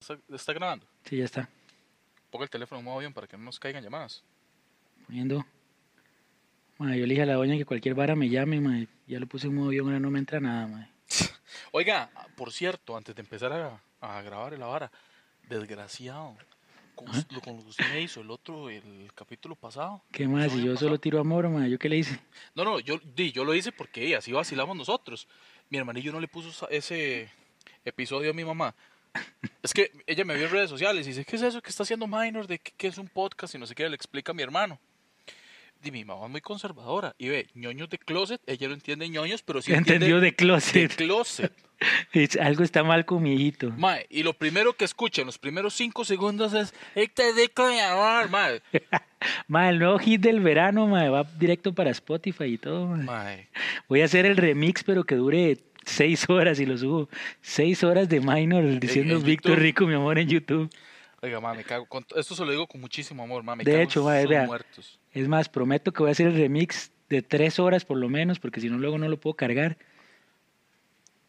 está, está grabando. Sí, ya está. Ponga el teléfono en modo avión para que no nos caigan llamadas. Poniendo. Madre, yo le dije a la doña que cualquier vara me llame, madre. Ya lo puse en modo avión, ahora no me entra nada, madre. Oiga, por cierto, antes de empezar a, a grabar la vara, desgraciado. Con, Ajá. lo, con lo que usted me hizo el otro, el capítulo pasado. ¿Qué más? Si había yo solo pasado. tiro amor, madre. ¿Yo qué le hice? No, no, yo, di, yo lo hice porque ey, así vacilamos nosotros. Mi hermanillo no le puso esa- ese episodio a mi mamá. Es que ella me vio en redes sociales y dice, ¿qué es eso que está haciendo Minor? ¿De qué, qué es un podcast? Y no sé qué, le explica a mi hermano. Y mi mamá es muy conservadora. Y ve, ñoños de closet, ella no entiende ñoños, pero sí entiende Entendió de de closet. closet. Es- Algo está mal con mi hijito. Mae, y lo primero que escucha en los primeros cinco segundos es, "Ey, te digo, mi amor", mae. Madre, el nuevo hit del verano, madre. Va directo para Spotify y todo, madre. Mae, Voy a hacer el remix, pero que dure seis horas y lo subo. Seis horas de minor diciendo en Víctor YouTube. Rico, mi amor, en YouTube. Oiga, mae, me cago. con- esto se lo digo con muchísimo amor, mae. me De cago en hecho, mae, sus vea. muertos. Es más, prometo que voy a hacer el remix de tres horas por lo menos, porque si no, luego no lo puedo cargar.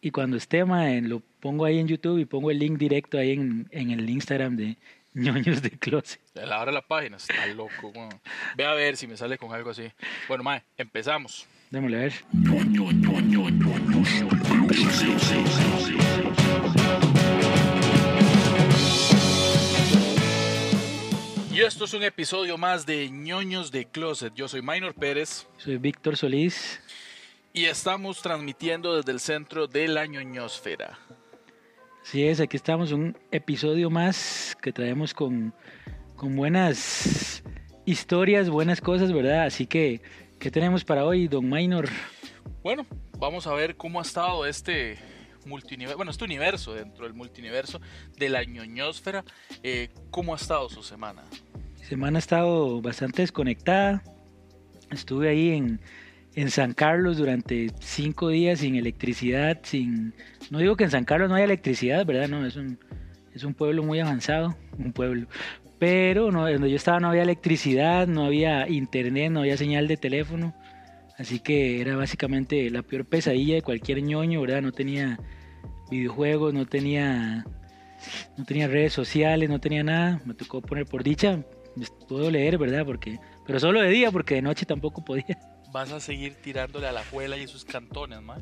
Y cuando esté, mae, lo pongo ahí en YouTube y pongo el link directo ahí en, en el Instagram de ñoños de closet. A la hora de la página, está loco, weón. Ve a ver si me sale con algo así. Bueno, mae, empezamos. Démosle a ver. Y esto es un episodio más de ñoños de closet. Yo soy Minor Pérez Soy Víctor Solís. y estamos transmitiendo desde el centro de la ñoñosfera. Así es, aquí estamos, un episodio más que traemos con, con buenas historias, buenas cosas, ¿verdad? Así que, ¿qué tenemos para hoy, don Minor? Bueno, vamos a ver cómo ha estado este multiuniverso, bueno, este universo dentro del multiuniverso de la ñoñosfera, eh, cómo ha estado su semana. Semana ha estado bastante desconectada. Estuve ahí en, en San Carlos durante cinco días sin electricidad, sin... No digo que en San Carlos no haya electricidad, ¿verdad? No, es un, es un pueblo muy avanzado, un pueblo. Pero no, donde yo estaba no había electricidad, no había internet, no había señal de teléfono. Así que era básicamente la peor pesadilla de cualquier ñoño, ¿verdad? No tenía videojuegos, no tenía, no tenía redes sociales, no tenía nada. Me tocó poner por dicha, pues, puedo leer, ¿verdad? Porque, pero solo de día, porque de noche tampoco podía. Vas a seguir tirándole a la juela y sus cantones, mae.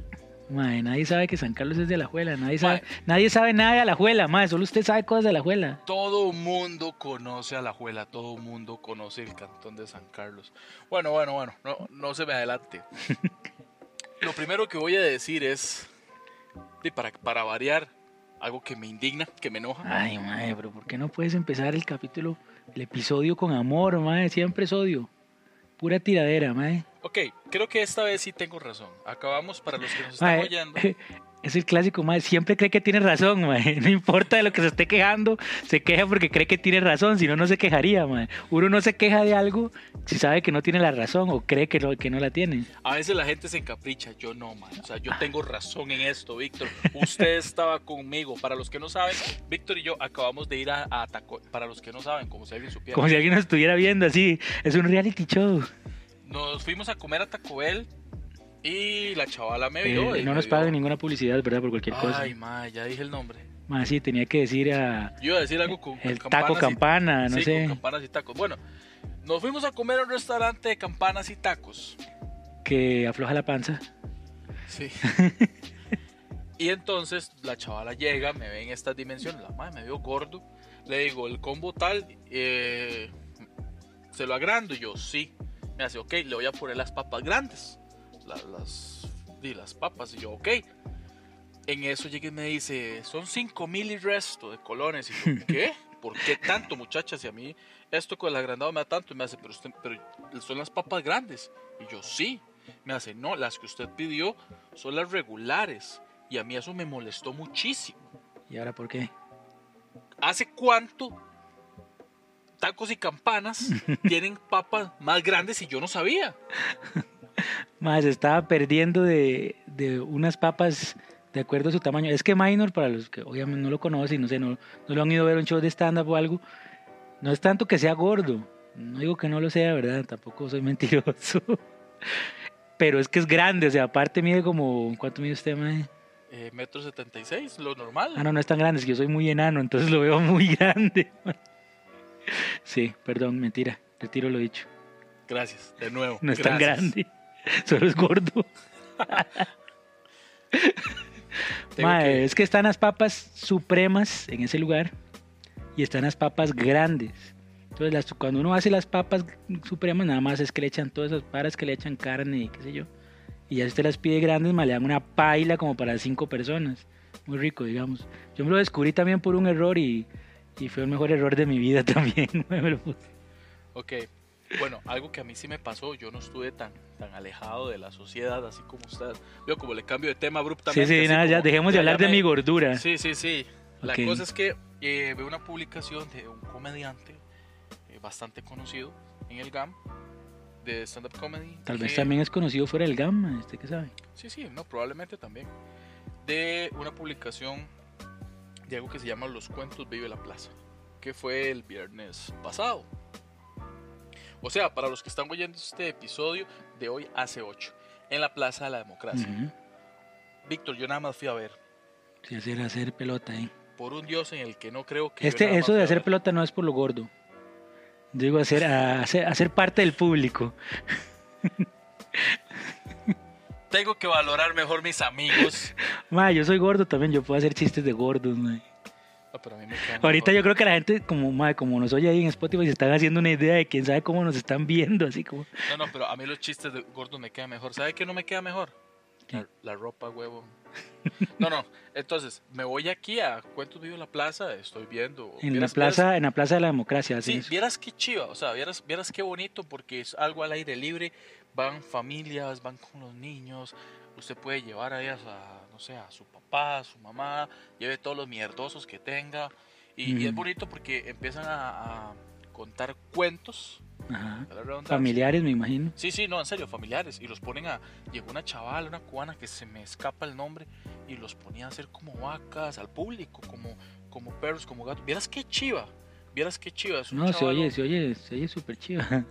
Mae, nadie sabe que San Carlos es de Alajuela, nadie Mae. sabe, nadie sabe nada de Alajuela, mae, solo usted sabe cosas de Alajuela. Todo mundo conoce a la Juela, todo mundo conoce el cantón de San Carlos. Bueno, bueno, bueno, no, no se me adelante. Lo primero que voy a decir es, de para, para variar, algo que me indigna, que me enoja. Ay, mae, pero ¿por qué no puedes empezar el capítulo, el episodio con amor, mae? Siempre es odio. Pura tiradera, mae. Ok, creo que esta vez sí tengo razón. Acabamos para los que nos están Mae, oyendo. Es el clásico, mae. Siempre cree que tiene razón, mae. No importa de lo que se esté quejando, se queja porque cree que tiene razón, si no, no se quejaría, mae. Uno no se queja de algo si sabe que no tiene la razón o cree que no, que no la tiene. A veces la gente se encapricha, yo no, man. O sea, yo tengo razón en esto, Víctor. Usted estaba conmigo. Para los que no saben, Víctor y yo acabamos de ir a, a Taco. Para los que no saben, como si alguien supiera. Como si alguien nos estuviera viendo así. Es un reality show. Nos fuimos a comer a Taco Bell y la chavala me Eh, vio. y no me nos vio. pagan ninguna publicidad, ¿verdad? Por cualquier cosa. Ay, ma, ya dije el nombre. Más sí, tenía que decir a Yo iba a decir algo con con el campanas taco y- campana, no sí, sé. con campanas y tacos. Bueno, nos fuimos a comer a un restaurante de campanas y tacos. Que afloja la panza. Sí. y entonces la chavala llega, me ve en estas dimensiones. La madre me vio gordo. Le digo, el combo tal, eh, se lo agrando. Y yo, sí. Me hace, ok, le voy a poner las papas grandes. La- Las, di, las papas. Y yo, ok. En eso llega y me dice, son 5 mil y resto de colones. Y yo, ¿qué? ¿Por qué tanto, muchachas? Y a mí esto con el agrandado me da tanto. Y me hace, pero, usted- pero son las papas grandes. Y yo, sí. Me hace, no, las que usted pidió son las regulares. Y a mí eso me molestó muchísimo. ¿Y ahora por qué? ¿Hace cuánto tacos y campanas tienen papas más grandes y yo no sabía? Más se estaba perdiendo de, de unas papas de acuerdo a su tamaño. Es que Minor, para los que obviamente no lo conocen, no sé, no, no lo han ido a ver un show de stand-up o algo, no es tanto que sea gordo. No digo que no lo sea, ¿verdad? Tampoco soy mentiroso. Pero es que es grande, o sea, aparte mide como. ¿Cuánto mide usted, mae? eh, metro 76, lo normal. Ah, no, no es tan grande, es que yo soy muy enano, entonces lo veo muy grande. sí, perdón, mentira, retiro lo dicho. Gracias, de nuevo. No es tan gracias. grande, solo es gordo. Tengo Mae, que- Es que están las papas supremas en ese lugar y están las papas grandes. Entonces, las- cuando uno hace las papas supremas, nada más es que le echan todas esas paras que le echan carne y qué sé yo. Y ya si usted las pide grandes, más le dan una paila como para cinco personas. Muy rico, digamos. Yo me lo descubrí también por un error y, y fue el mejor error de mi vida también. mae, me lo puse. Ok, bueno, algo que a mí sí me pasó, yo no estuve tan, tan alejado de la sociedad, así como usted. Veo como le cambio de tema sí, abruptamente. sí, así nada, ya como- dejemos de ya- hablar ya de me- mi gordura. Sí, sí, sí. La Ok. cosa es que eh, veo una publicación de un comediante eh, bastante conocido en el GAM de stand-up comedy. Tal que- vez también es conocido fuera del gamma, ¿usted qué sabe? Sí, sí, no, probablemente también. De una publicación de algo que se llama Los Cuentos Vive la Plaza, que fue el viernes pasado. O sea, para los que están oyendo este episodio de hoy, hace 8, en la Plaza de la Democracia. Ujú. Víctor, yo nada más fui a ver, Sí, hacer, hacer pelota ahí. por un dios en el que no creo que... yo nada Este, más eso de fui a hacer ver. pelota no es por lo gordo. Digo, hacer, a- hacer, hacer parte del público. Tengo que valorar mejor mis amigos. Ma, yo soy gordo también, yo puedo hacer chistes de gordos, ma. No, pero a mí me cae Ahorita mejor. yo creo que la gente, como, ma, como nos oye ahí en Spotify, se están haciendo una idea de quién sabe cómo nos están viendo, así como... No, no, pero a mí los chistes de gordos me quedan mejor. ¿Sabe qué no me queda mejor? La, ¿Qué? la ropa, huevo. No, no. Entonces, me voy aquí a Cuentos Vivo en la Plaza. Estoy viendo. En la Vieras- plaza, en la plaza de la democracia, vieras- hacen sí, eso. vieras qué chiva. O sea, vieras, vieras qué bonito porque es algo al aire libre. Van familias, van con los niños. Usted puede llevar a ellas a, no sé, a su papá, a su mamá. Lleve todos los mierdosos que tenga. Y, y es Ujú. bonito porque empiezan a, a contar cuentos. Ajá. valga la redundancia. Familiares, me imagino. Sí, sí, no, en serio, familiares. Y los ponen a. Llegó una chavala, una cubana que se me escapa el nombre. Y los ponía a hacer como vacas al público, como, como perros, como gatos. Vieras qué chiva. Vieras qué chiva. Es un No, se chavalo- oye, se oye, se oye súper chiva.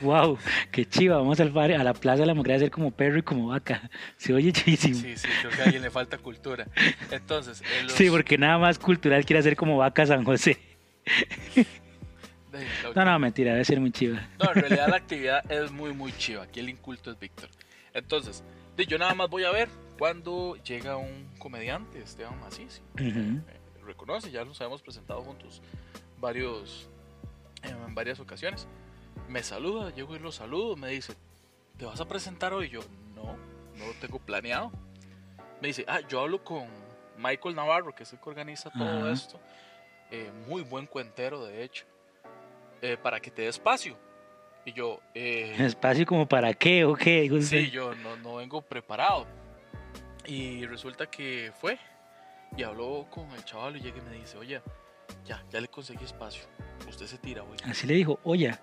wow, qué chiva, vamos al bar- a la plaza de la democracia a ser como perro y como vaca. Se oye chivísimo. Sí, sí, creo que a alguien le falta cultura. Entonces, eh, los- Sí, porque nada más cultural quiere hacer como vaca San José. de- la- No, no, mentira, debe ser muy chiva. No, en realidad la actividad es muy, muy chiva. Aquí el inculto es Víctor. Entonces, di, yo nada más voy a ver cuando llega un comediante, este Esteban Macís. Ujú. eh, reconoce, ya nos habíamos presentado juntos varios, en varias ocasiones. Me saluda, llego y lo saludo, me dice, ¿te vas a presentar hoy? Yo, no, no lo tengo planeado. Me dice, ah, yo hablo con Michael Navarro, que es el que organiza todo Ajá. esto, eh, muy buen cuentero de hecho, eh, para que te dé espacio. Y yo, eh, Espacio como para qué o qué. digo, Sí, usted. yo no, no vengo preparado. Y resulta que fue y habló con el chaval y llega y me dice, oye, ya, ya le conseguí espacio. Usted se tira, güey. Así le dijo, oye,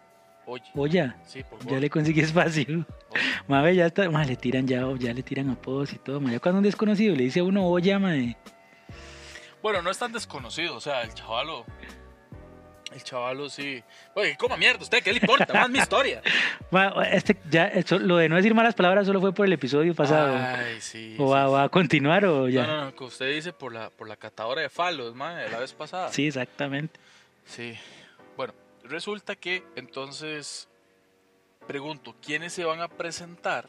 Oye, oye, sí, por ya favor. le conseguí espacio. oye". Mabe, ya está, ma, le tiran ya, ya le tiran apodos y todo. Ma, ya cuando un desconocido le dice a uno, oye, mae. Bueno, no es tan desconocido, o sea, el chavalo... El chavalo sí. Oye, coma mierda, usted, ¿qué le importa? Más mi historia. Ma, este, ya, eso- lo de no decir malas palabras solo fue por el episodio pasado. Ay, Ah, sí. o sí, va, sí. va a continuar o ya. No, no, no, que usted dice por la, por la catadora de falos, man, de la vez pasada. Sí, exactamente. Sí. Bueno, resulta que entonces pregunto, ¿quiénes se van a presentar?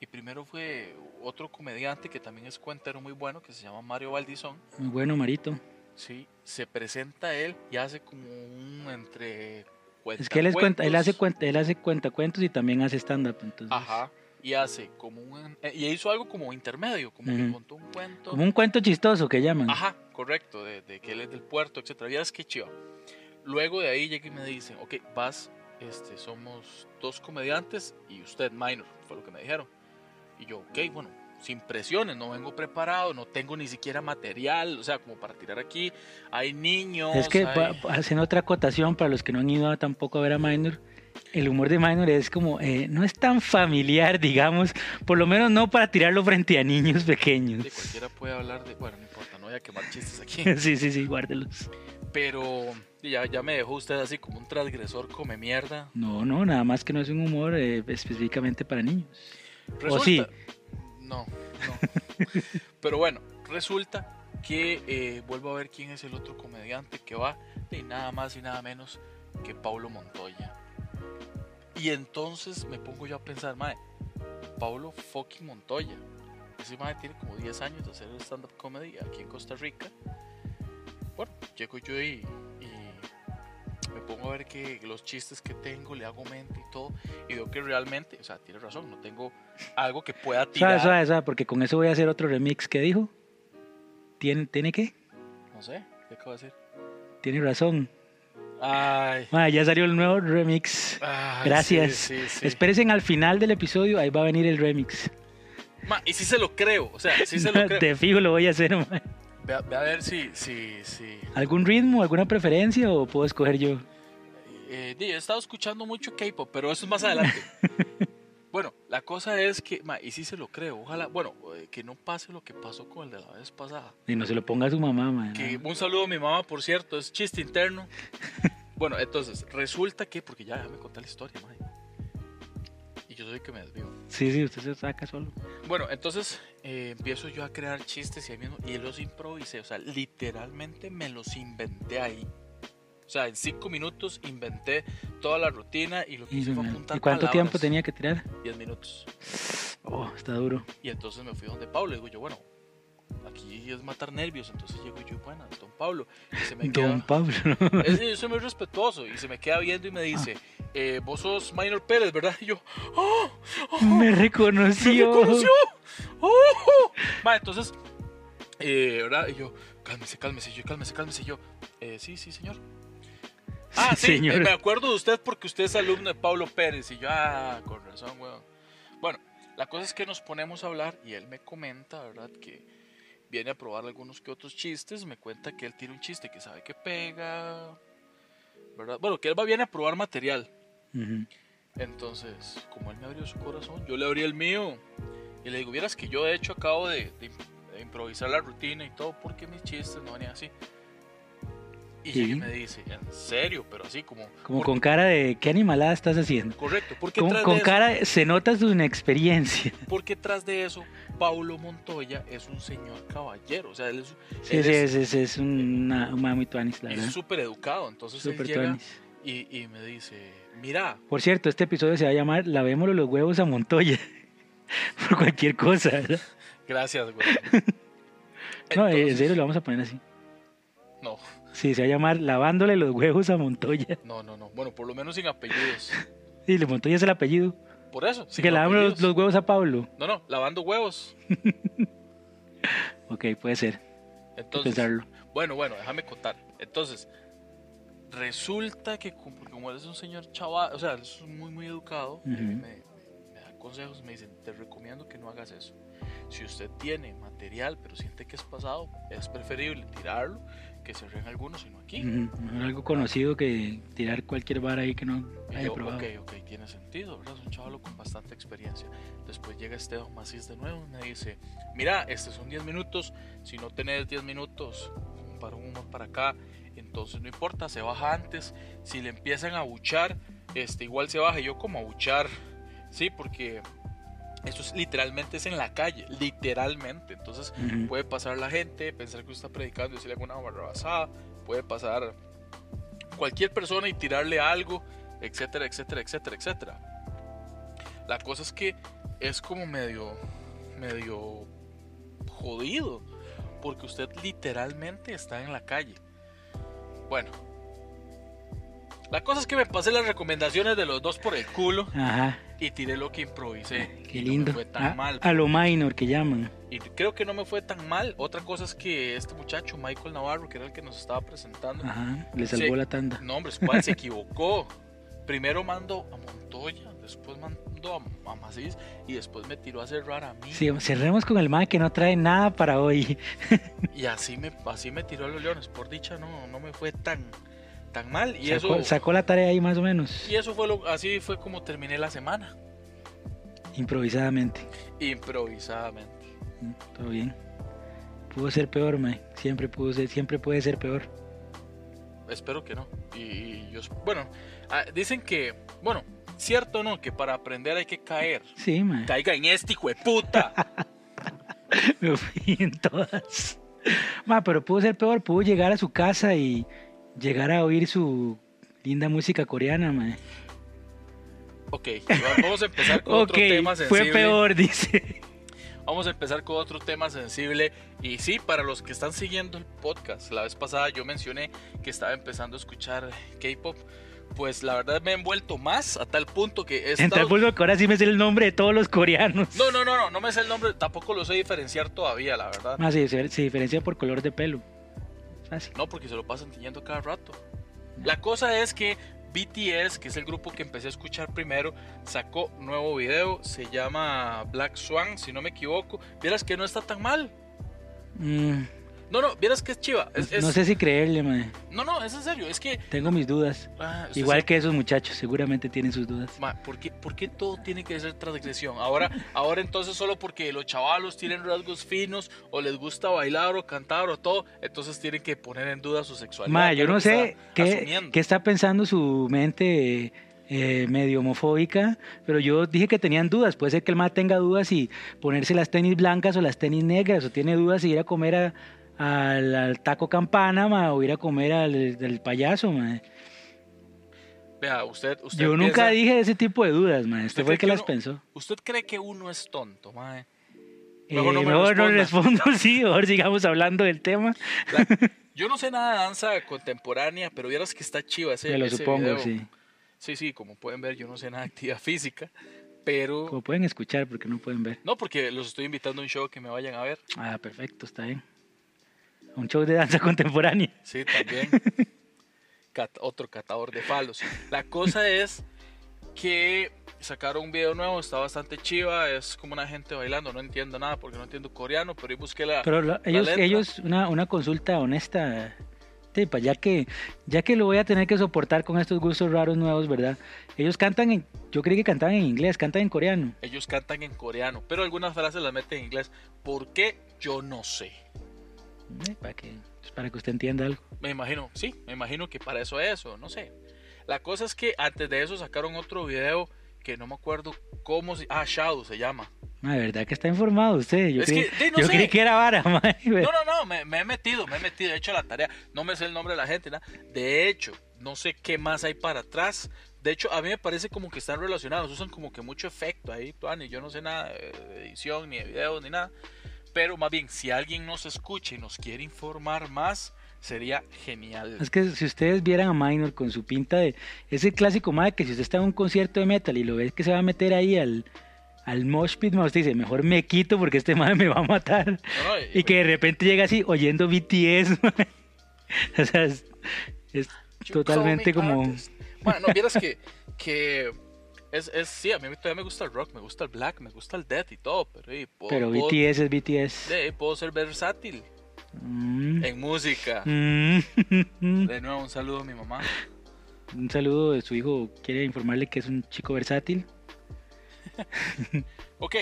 Y primero fue otro comediante que también es cuentero muy bueno, que se llama Mario Valdizón. Muy bueno, Marito. Sí, se presenta él y hace como un entre Es que él, es cuenta, él, hace cuentos. cuenta, él hace cuentacuentos y también hace stand-up. Entonces, Ajá. Y hace como un eh, y hizo algo como intermedio, como que Ujú. contó un cuento. como un cuento chistoso que llaman. Ajá, correcto, de, de que él es del puerto, etcétera. Vieras qué chiva. Luego de ahí llega y me dice, ok, vas, este, somos dos comediantes y usted minor, fue lo que me dijeron. Y yo, ok, bueno, sin presiones, no vengo preparado, no tengo ni siquiera material, o sea, como para tirar aquí, hay niños. Es que hay- pa- haciendo otra acotación para los que no han ido tampoco a ver a Minor, el humor de Minor es como, eh, no es tan familiar, digamos, por lo menos no para tirarlo frente a niños de pequeños. cualquiera puede hablar de, bueno, no importa, no voy a quemar chistes aquí. Sí, sí, sí, guárdelos. Pero ya, ya me dejó usted así como un transgresor come mierda. No, no, nada más que no es un humor eh, específicamente para niños. Resulta- sí? No, no. Pero bueno, resulta que eh, vuelvo a ver quién es el otro comediante que va, y nada más y nada menos que Paulo Montoya. Y entonces me pongo yo a pensar, madre, Paulo fucking Montoya. Ese madre tiene como 10 años de hacer stand-up comedy aquí en Costa Rica. Bueno, llego yo y, y me pongo a ver que los chistes que tengo, le hago mente y todo. Y veo que realmente, o sea, tiene razón, no tengo algo que pueda tirar. Suave, suave, suave, porque con eso voy a hacer otro remix. ¿Qué dijo? ¿Tiene, ¿tiene qué? No sé, ¿qué acabo de hacer? Tiene razón. Ay. Ah, ya salió el nuevo remix. ay, Gracias. sí, Ah, sí, sí. Espérense al final del episodio, ahí va a venir el remix. Ma, y si se lo creo, o sea, si se lo creo. Te fijo, lo voy a hacer. ma. Ve a, ve a ver si, si, si. ¿Algún ritmo, alguna preferencia o puedo escoger yo? Eh, di, he estado escuchando mucho K-pop, pero eso es más adelante. bueno, la cosa es que, ma, y si se lo creo, ojalá, bueno, eh, que no pase lo que pasó con el de la vez pasada. Y no se lo ponga a su mamá, man. Que un saludo a mi mamá, por cierto, es chiste interno. Bueno, entonces, resulta que, porque ya me conté la historia, ma, y yo soy el que me desvío. Sí, sí, usted se saca solo. Bueno, entonces eh, empiezo yo a crear chistes y ahí mismo, y los improvisé, o sea, literalmente me los inventé ahí. O sea, en cinco minutos inventé toda la rutina y lo que Y, hice fue man, apuntar ¿y cuánto Pues palabras. tiempo tenía que tirar? Diez minutos. Oh, está duro. Y entonces me fui donde Pablo, y digo yo, bueno, aquí es matar nervios, entonces llego yo, bueno, es don Pablo. Y se me Don queda... Pablo. Ah. Es, yo soy muy respetuoso y se me queda viendo y me dice, eh, vos sos Minor Pérez, ¿verdad? Y yo, ¡oh! ¡oh! Me ¡Me reconoció. reconoció! ¡Oh! Ma, entonces, eh, ¿verdad? Y yo, cálmese, cálmese, yo, cálmese, cálmese, yo. "Eh, sí, sí, señor. Ah, sí, señor. eh, me acuerdo de usted porque usted es alumno de Pablo Pérez. Y yo, ah, con razón, weón. Bueno, la cosa es que nos ponemos a hablar y él me comenta, ¿verdad? Que viene a probar algunos que otros chistes. Me cuenta que él tiene un chiste que sabe que pega, ¿verdad? Bueno, que él va viene a probar material. Ujú. Entonces, como él me abrió su corazón, yo le abrí el mío. Y le digo, vieras que yo de hecho acabo de, de im- de improvisar la rutina y todo porque mis chistes no venían así. Y Sí. llega y me dice, en serio, pero así como... Como ¿por con cara de, ¿qué animalada estás haciendo? qué- Correcto, porque Con, tras, con de eso, cara, se nota su inexperiencia. porque tras de eso, Paulo Montoya es un señor caballero. O sea, él es Sí, Él sí, es- es, es, es una, un mami tuanis, la es verdad. súper educado. Entonces él Súper llega tuanis. y, y me dice, mira, Por cierto, este episodio se va a llamar Lavémosle los huevos a Montoya. Por cualquier cosa, ¿verdad? gracias, güey. No, en Entonces- serio lo vamos a poner así. No, Sí, se va a llamar Lavándole los huevos a Montoya. no, no, no. Bueno, por lo menos sin apellidos. Y le Montoya es el apellido. Por eso. Así sin que lavamos los, apellidos. los huevos a Pablo. No, no, lavando huevos. Ok, puede ser. hay que Entonces, pensarlo. bueno, bueno, déjame contar. Entonces, resulta que como, como él es un señor chaval, o sea, él es muy, muy educado, Ujú. eh, me, me da consejos, me dicen, te recomiendo que no hagas eso. Si usted tiene material, pero siente que es pasado, es preferible tirarlo, que se rían algunos, sino aquí. Ujú, mejor algo conocido que tirar cualquier vara ahí que no Y haya yo, probado. ok, ok, tiene sentido, ¿verdad? Es un chaval con bastante experiencia. Después llega Esteban Macís de nuevo y me dice, mira, estos son 10 minutos, si no tenés 10 minutos, un para un más para acá, entonces no importa, se baja antes, si le empiezan a buchar, este, igual se baja, Y yo como buchar, sí, porque eso es literalmente es en la calle, literalmente, entonces Ujú. Puede pasar la gente, pensar que usted está predicando y decirle alguna barrabasada. Puede pasar cualquier persona y tirarle algo, etcétera, etcétera, etcétera, etcétera. La cosa es que es como medio, medio jodido, porque usted literalmente está en la calle. Bueno, la cosa es que me pasé las recomendaciones de los dos por el culo Ajá, y tiré lo que improvisé. qué y No me lindo. Ah. fue tan a, mal. a lo minor que llaman. Y creo que no me fue tan mal. Otra cosa es que este muchacho, Michael Navarro, que era el que nos estaba presentando. Ajá, le salvó Sí. la tanda. No, hombre, es cual se equivocó. Primero mandó a Montoya, después mandó a, a Macís y después me tiró a cerrar a mí. Sí, cerremos con el ma que no trae nada para hoy. Y así me, así me tiró a los leones. Por dicha, no, no me fue tan, tan mal. Y Sacó, eso, sacó la tarea ahí más o menos, y e- eso fue lo, así fue como terminé la semana. improvisadamente. Improvisadamente. Mm, Todo bien. Pudo ser peor, mae. Siempre pudo ser, siempre puede ser peor. Espero que no. Y, y yo, bueno, ah, dicen que, bueno, cierto no, que para aprender hay que caer. Sí, mae. Caiga en este hijo de puta. me fui en todas. Ma, pero pudo ser peor, pudo llegar a su casa y llegar a oír su linda música coreana, ma. Ok, vamos a empezar con ok, otro tema sensible. fue peor, dice. Vamos a empezar con otro tema sensible. Y sí, para los que están siguiendo el podcast, la vez pasada yo mencioné que estaba empezando a escuchar K-pop. Pues la verdad me he envuelto más a tal punto que he En tal estado- punto que ahora sí me sé el nombre de todos los coreanos. No, no, no, no, no me sé el nombre, tampoco lo sé diferenciar todavía, la verdad. Ma, sí, se, se diferencia por color de pelo. Fácil. No, porque se lo pasan tiñendo cada rato. La cosa es que BTS, que es el grupo que empecé a escuchar primero, sacó nuevo video, se llama Black Swan, si no me equivoco. Vieras que no está tan mal. Mm, No, no, vieras que es chiva. Es- es- No sé si creerle, ma. No, no, es en serio, es que... Tengo mis dudas. ah, usted Igual sabe- que esos muchachos, seguramente tienen sus dudas. Ma, ¿por, qué, por qué todo tiene que ser transgresión? Ahora, ahora entonces solo porque los chavalos tienen rasgos finos o les gusta bailar o cantar o todo, entonces tienen que poner en duda su sexualidad. Ma, que yo es lo no que sé está qué, asumiendo. qué está pensando su mente eh, medio homofóbica, pero yo dije que tenían dudas. Puede ser que el ma tenga dudas y ponerse las tenis blancas o las tenis negras, o tiene dudas si ir a comer a- al, al taco campana, ma, o ir a comer al, del payaso, ma. Vea, usted, usted Yo piensa- nunca dije ese tipo de dudas, ma. Este ¿Usted fue cree el que que las uno- pensó. ¿Usted cree que uno es tonto, mae? Eh, Mejor Mejor no me no le respondo, sí, mejor sigamos hablando del tema. La- yo no sé nada de danza contemporánea, pero vieras que está chiva ese me lo ese supongo, video. sí. Sí, sí, como pueden ver, yo no sé nada de actividad física, pero... Como pueden escuchar porque no pueden ver. No, porque los estoy invitando a un show que me vayan a ver. Ah, perfecto, está bien. Un show de danza contemporánea. Sí, también. Cat- otro catador de palos. La cosa es que sacaron un video nuevo, está bastante chiva, es como una gente bailando, no entiendo nada porque no entiendo coreano, pero ahí busqué la... Pero lo- ellos, letra. ellos una, una consulta honesta, Tepa, ya que, ya que lo voy a tener que soportar con estos gustos raros nuevos, ¿verdad? Ellos cantan en, yo creí que cantaban en inglés, cantan en coreano. Ellos cantan en coreano, pero algunas frases las meten en inglés. ¿Por qué? Yo no sé. Eh, Para que, pues, para que usted entienda algo. Me imagino, sí, me imagino que para eso es, o no sé. La cosa es que antes de eso sacaron otro video que no me acuerdo cómo se... Ah, Shadow se llama. Ma, de verdad que está informado usted. Yo, Es creí, que, sí, no yo sé. creí que era vara, ma. No, no, no, me, me he metido, me he metido, he hecho la tarea. No me sé el nombre de la gente, nada. De hecho, no sé qué más hay para atrás. De hecho, a mí me parece como que están relacionados. Usan como que mucho efecto ahí, Tuani. Yo no sé nada de edición, ni de videos, ni nada. Pero más bien, si alguien nos escucha y nos quiere informar más, sería genial. Es que si ustedes vieran a Minor con su pinta de. Es el clásico madre que si usted está en un concierto de metal y lo ves que se va a meter ahí al, al mosh pit, ma, usted dice, mejor me quito porque este madre me va a matar. No, no, Y que de repente llega así oyendo BTS. mae. o sea, es, es You totalmente call me como. artist. Bueno, no, vieras que, que es, es, sí, a mí todavía me gusta el rock, me gusta el black, me gusta el death y todo, pero, y puedo, Pero puedo- BTS es BTS. de- puedo ser versátil Mm. en música. Mm. De nuevo, un saludo a mi mamá. un saludo de su hijo. Quiere informarle que es un chico versátil. Ok,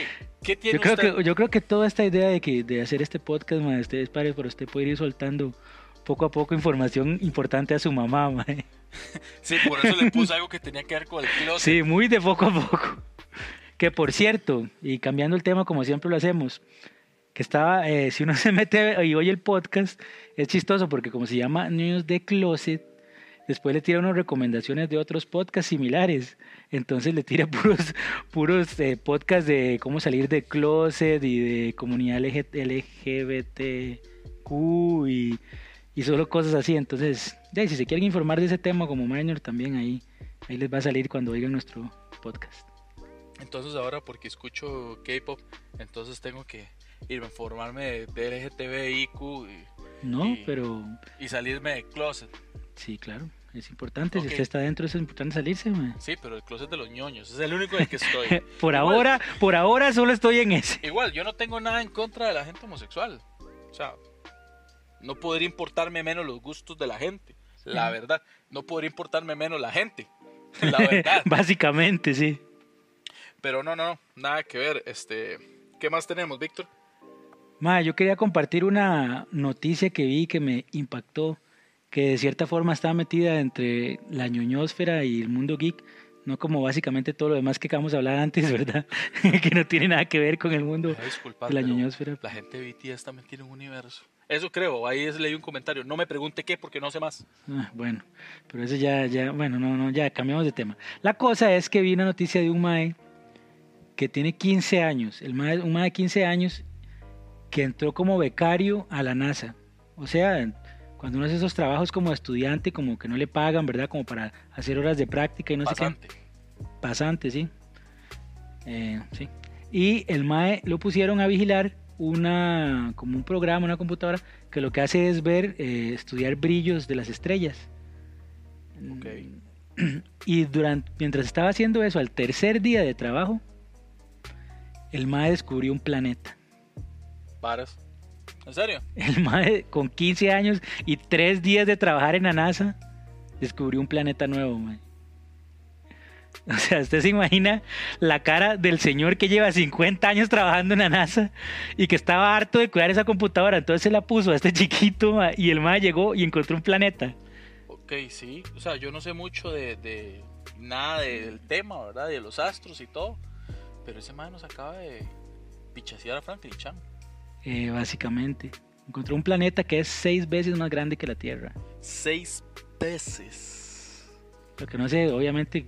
¿qué tiene Yo creo, usted? que, yo creo que toda esta idea de, que, de hacer este podcast, mae, usted es padre, pero usted puede ir soltando poco a poco información importante a su mamá. mae. Sí, por eso le puse algo que tenía que ver con el closet. Sí, muy de poco a poco. Que por cierto, y cambiando el tema como siempre lo hacemos, que estaba, eh, si uno se mete y oye el podcast, es chistoso porque como se llama News de Closet, después le tira unas recomendaciones de otros podcasts similares. Entonces le tira puros, puros eh, podcasts de cómo salir de closet y de comunidad LG- LGBTQ y, y solo cosas así. Entonces, ya, y si se quieren informar de ese tema como minor también ahí, ahí les va a salir cuando oigan nuestro podcast. Entonces ahora porque escucho K-pop, entonces tengo que irme a informarme de, de LGTBIQ No, Y- pero y, y salirme del closet. sí, claro, es importante. Ok. Si usted está dentro, es importante salirse. mae. Sí, pero el closet de los ñoños, es el único en el que estoy. Por Igual. ahora, por ahora solo estoy en ese. Igual, yo no tengo nada en contra de la gente homosexual. O sea, no podría importarme menos los gustos de la gente. La verdad, no podría importarme menos la gente. La verdad. Básicamente, sí. Pero no, no, nada que ver. Este, ¿qué más tenemos, Víctor? Ma, yo quería compartir una noticia que vi que me impactó, que de cierta forma estaba metida entre la ñoñósfera y el mundo geek. No como básicamente todo lo demás que acabamos de hablar antes, ¿verdad? que no tiene nada que ver con el mundo Ay, disculpa, de la pero ñoñósfera. la gente de BTS también tiene un universo. Eso creo, ahí es- leí un comentario. No me pregunte qué porque no sé más. Ah, bueno, pero eso ya, ya, bueno, no, no, ya cambiamos de tema. La cosa es que vi una noticia de un mae que tiene 15 años, el mae, un mae de 15 años que entró como becario a la NASA. O sea, cuando uno hace esos trabajos como estudiante, como que no le pagan, ¿verdad? Como para hacer horas de práctica y no sé qué Pasante. pasante, sí. Eh, sí. Y el MAE lo pusieron a vigilar una, como un programa, una computadora, que lo que hace es ver, eh, estudiar brillos de las estrellas. Mm. Ok. Y durante, mientras estaba haciendo eso, al tercer día de trabajo, el MAE descubrió un planeta. Varas. ¿En serio? El MAE con 15 años y 3 días de trabajar en la NASA descubrió un planeta nuevo, mae. O sea, usted se imagina la cara del señor que lleva 50 años trabajando en la NASA y que estaba harto de cuidar esa computadora. Entonces se la puso a este chiquito mae, y el MAE llegó y encontró un planeta. Ok, sí. O sea, yo no sé mucho de, de nada de- del tema, ¿verdad? De los astros y todo. Pero ese man nos acaba de pichasear a Franklin Chan. Eh, básicamente, encontró un planeta que es 6 veces más grande que la Tierra. Seis veces. Lo que no sé, obviamente,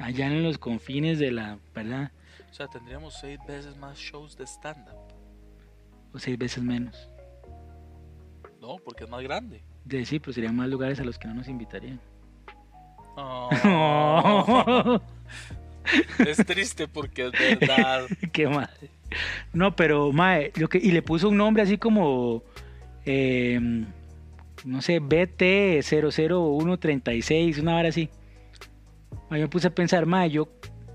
allá en los confines de la, ¿verdad? O sea, tendríamos seis veces más shows de stand-up. O 6 veces menos. No, porque es más grande. De sí, pues serían más lugares a los que no nos invitarían. Oh, es triste porque es verdad. Qué mal. No, pero mae, lo que, y le puso un nombre así como eh, no sé, BT00136, una hora así. Mae, yo me puse a pensar, mae, yo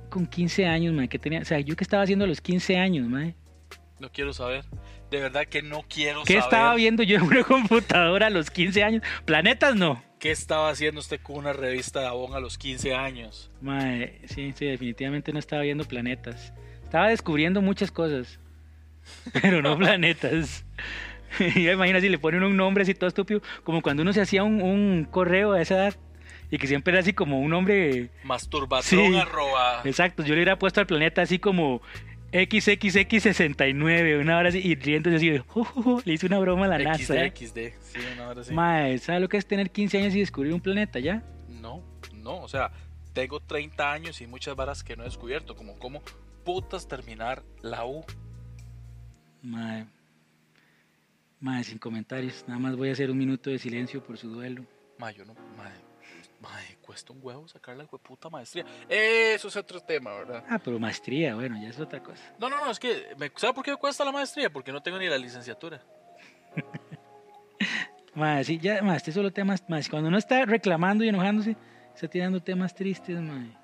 con 15 años, mae, que tenía, o sea, yo que estaba haciendo a los 15 años, mae. No quiero saber. De verdad que no quiero ¿Qué saber. estaba viendo yo en una computadora a los 15 años? Planetas no. ¿Qué estaba haciendo usted con una revista de Avon a los 15 años? Mae, sí, sí, definitivamente no estaba viendo planetas. Estaba descubriendo muchas cosas, pero no planetas. Yo me imagino si le ponen un nombre así todo estúpido, como cuando uno se hacía un, un correo a esa edad y que siempre era así como un nombre. Masturbatrón Sí. arroba. Exacto, yo le hubiera puesto al planeta así como XXX69, una hora así, y riéndose así, de, "Ju, ju, ju", le hice una broma a la NASA. ¿eh? XD, XD. Sí, una hora así. Mae, ¿sabes lo que es tener 15 años y descubrir un planeta ya? No, no, o sea, tengo 30 años y muchas varas que no he descubierto, como cómo putas terminar la U. Madre. Madre, sin comentarios. Nada más voy a hacer un minuto de silencio por su duelo. Ma, yo no, madre, cuesta un huevo sacar la puta maestría. Eso es otro tema, ¿verdad? Ah, pero maestría, bueno, ya es otra cosa. No, no, no, es que, me, ¿sabe por qué me cuesta la maestría? Porque no tengo ni la licenciatura. Madre, sí, ya, madre, este solo temas, madre, cuando uno está reclamando y enojándose, está tirando temas tristes, madre.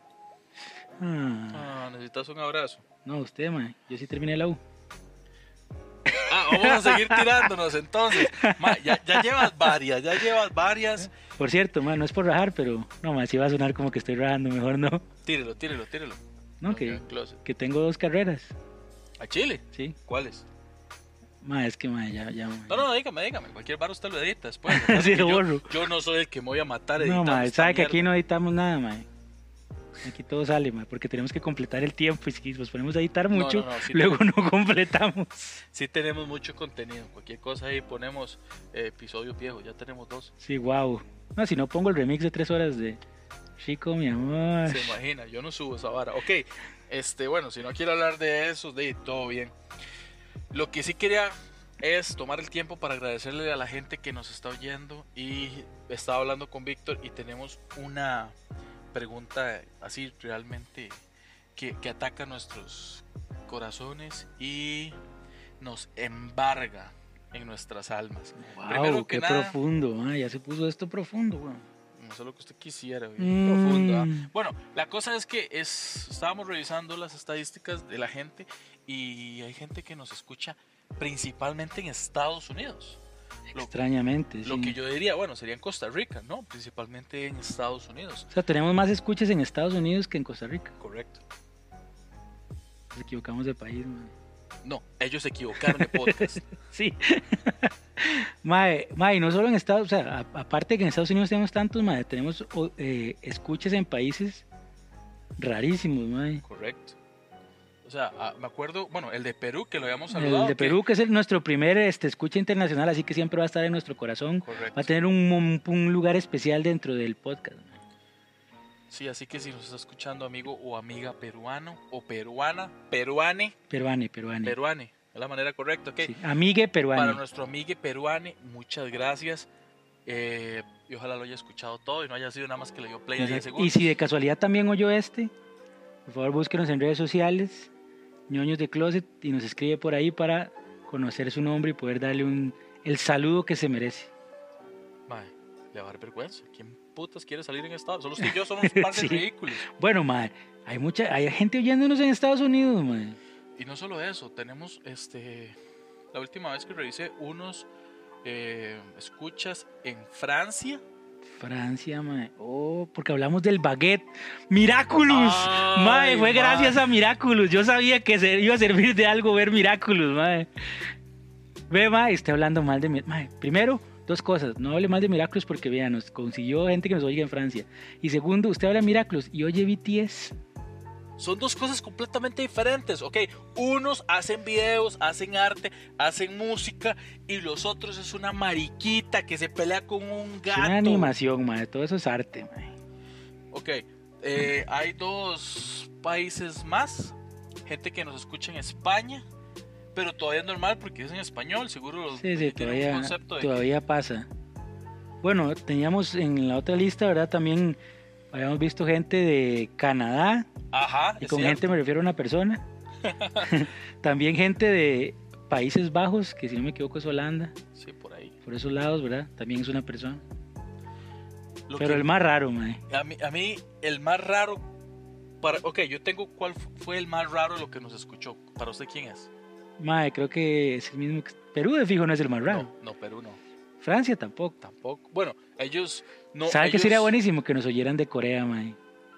Ah, Ah, necesitas un abrazo. no, usted, madre, yo sí terminé la U. Ah, vamos a seguir tirándonos entonces. Ma, ya, ya llevas varias, ya llevas varias. Por cierto, madre, no es por rajar, pero no, madre, sí va a sonar como que estoy rajando, mejor no. Tírelo, tírelo, tírelo. No, Nos queda que, en closet. que tengo dos carreras, ¿A Chile? sí. ¿Cuáles? Madre, es que, madre, ya, ya. mae. No, no, dígame, dígame. Cualquier bar usted lo edita después. Sí, lo yo, borro. yo no soy el que me voy a matar No, editando mae, esta sabe que aquí mierda. no editamos nada, mae. Aquí todo sale, mae, porque tenemos que completar el tiempo y si nos ponemos a editar No, mucho, no, no, sí, luego no completamos. sí tenemos mucho contenido. Cualquier cosa ahí ponemos eh, episodio viejo. Ya tenemos dos. Sí, wow. No, si no pongo el remix de tres horas de Chico, mi amor. Se imagina, yo no subo esa vara. Ok, este, bueno, si no quiero hablar de eso, de todo bien. Lo que sí quería es tomar el tiempo para agradecerle a la gente que nos está oyendo y estaba hablando con Víctor y tenemos una pregunta así realmente que, que ataca nuestros corazones y nos embarga en nuestras almas. wow, primero que qué nada- profundo, mae, ya se puso esto profundo, weón. No sé lo que usted quisiera, güey. Mm. Profundo, ¿ah? Bueno, la cosa es que es, estábamos revisando las estadísticas de la gente y hay gente que nos escucha principalmente en Estados Unidos. Lo, Extrañamente, lo sí. que yo diría, bueno, sería en Costa Rica, ¿no? Principalmente en Estados Unidos. O sea, tenemos más escuchas en Estados Unidos que en Costa Rica. Correcto. Nos equivocamos de país, mae. No, ellos se equivocaron de podcast. Sí. Mae, mae, y no solo en Estados, o sea, a- aparte que en Estados Unidos tenemos tantos, mae, tenemos o- eh, escuchas en países Rarísimos, mae. Correcto. O sea, ah, me acuerdo, bueno, el de Perú que lo habíamos saludado. El de que- Perú, que es el- nuestro primer este, escucha internacional, así que siempre va a estar en nuestro corazón. Va Correcto. a tener un, un- un lugar especial dentro del podcast. mae. Sí, así que si nos está escuchando amigo o amiga peruano o peruana, peruane, Peruane, peruane. peruane, es la manera correcta, ¿ok? Sí, Amigue Para peruane. nuestro amigo peruane, muchas gracias. Eh, y ojalá lo haya escuchado todo y no haya sido nada más que le dio play a 10 Exacto. Y segundos. si de casualidad también oyó este, por favor búsquenos en redes sociales, ñoños de closet, y nos escribe por ahí para conocer su nombre y poder darle un, el saludo que se merece. Mae, le va a dar vergüenza. ¿Quién putas quiere salir en estado? Solo usted y yo somos más Sí. ridículos. Bueno, madre, hay mucha, hay gente oyéndonos en Estados Unidos, madre. Y no solo eso, tenemos este. La última vez que revisé unos eh, escuchas en Francia. Francia, madre. Oh, porque hablamos del baguette. ¡Miraculous! Ay, Mae, fue mae. gracias a Miraculous. Yo sabía que se iba a servir de algo ver Miraculous, mae. Ve, mae, está hablando mal de mi- mae. Primero, dos cosas. No hable mal de Miraculous porque, vean, nos consiguió gente que nos oiga en Francia. Y segundo, usted habla de Miraculous y oye BTS. Son dos cosas completamente diferentes, ¿ok? Unos hacen videos, hacen arte, hacen música y los otros es una mariquita que se pelea con un Es gato. una animación, mae. Todo eso es arte, mae. Ok, eh, hay dos países más, gente que nos escucha en España, pero todavía es normal porque es en español, seguro los Sí, sí, tienen un todavía, concepto de que- todavía pasa. Bueno, teníamos en la otra lista, ¿verdad? También habíamos visto gente de Canadá, Ajá, Y es con cierto. gente me refiero a una persona. También gente de Países Bajos, que si no me equivoco es Holanda, Sí, por ahí. por esos lados, ¿verdad? También es una persona. Lo Pero que- el más raro, mae. a, mí, a mí el más raro... Para, ok, yo tengo cuál fu- fue el más raro de lo que nos escuchó. ¿Para usted quién es? Mae, creo que es el mismo. que- Perú de fijo no es el más raro. No, no, Perú no. Francia tampoco. Tampoco. Bueno, ellos no. ¿Sabe que ellos- sería buenísimo que nos oyeran de Corea, mae?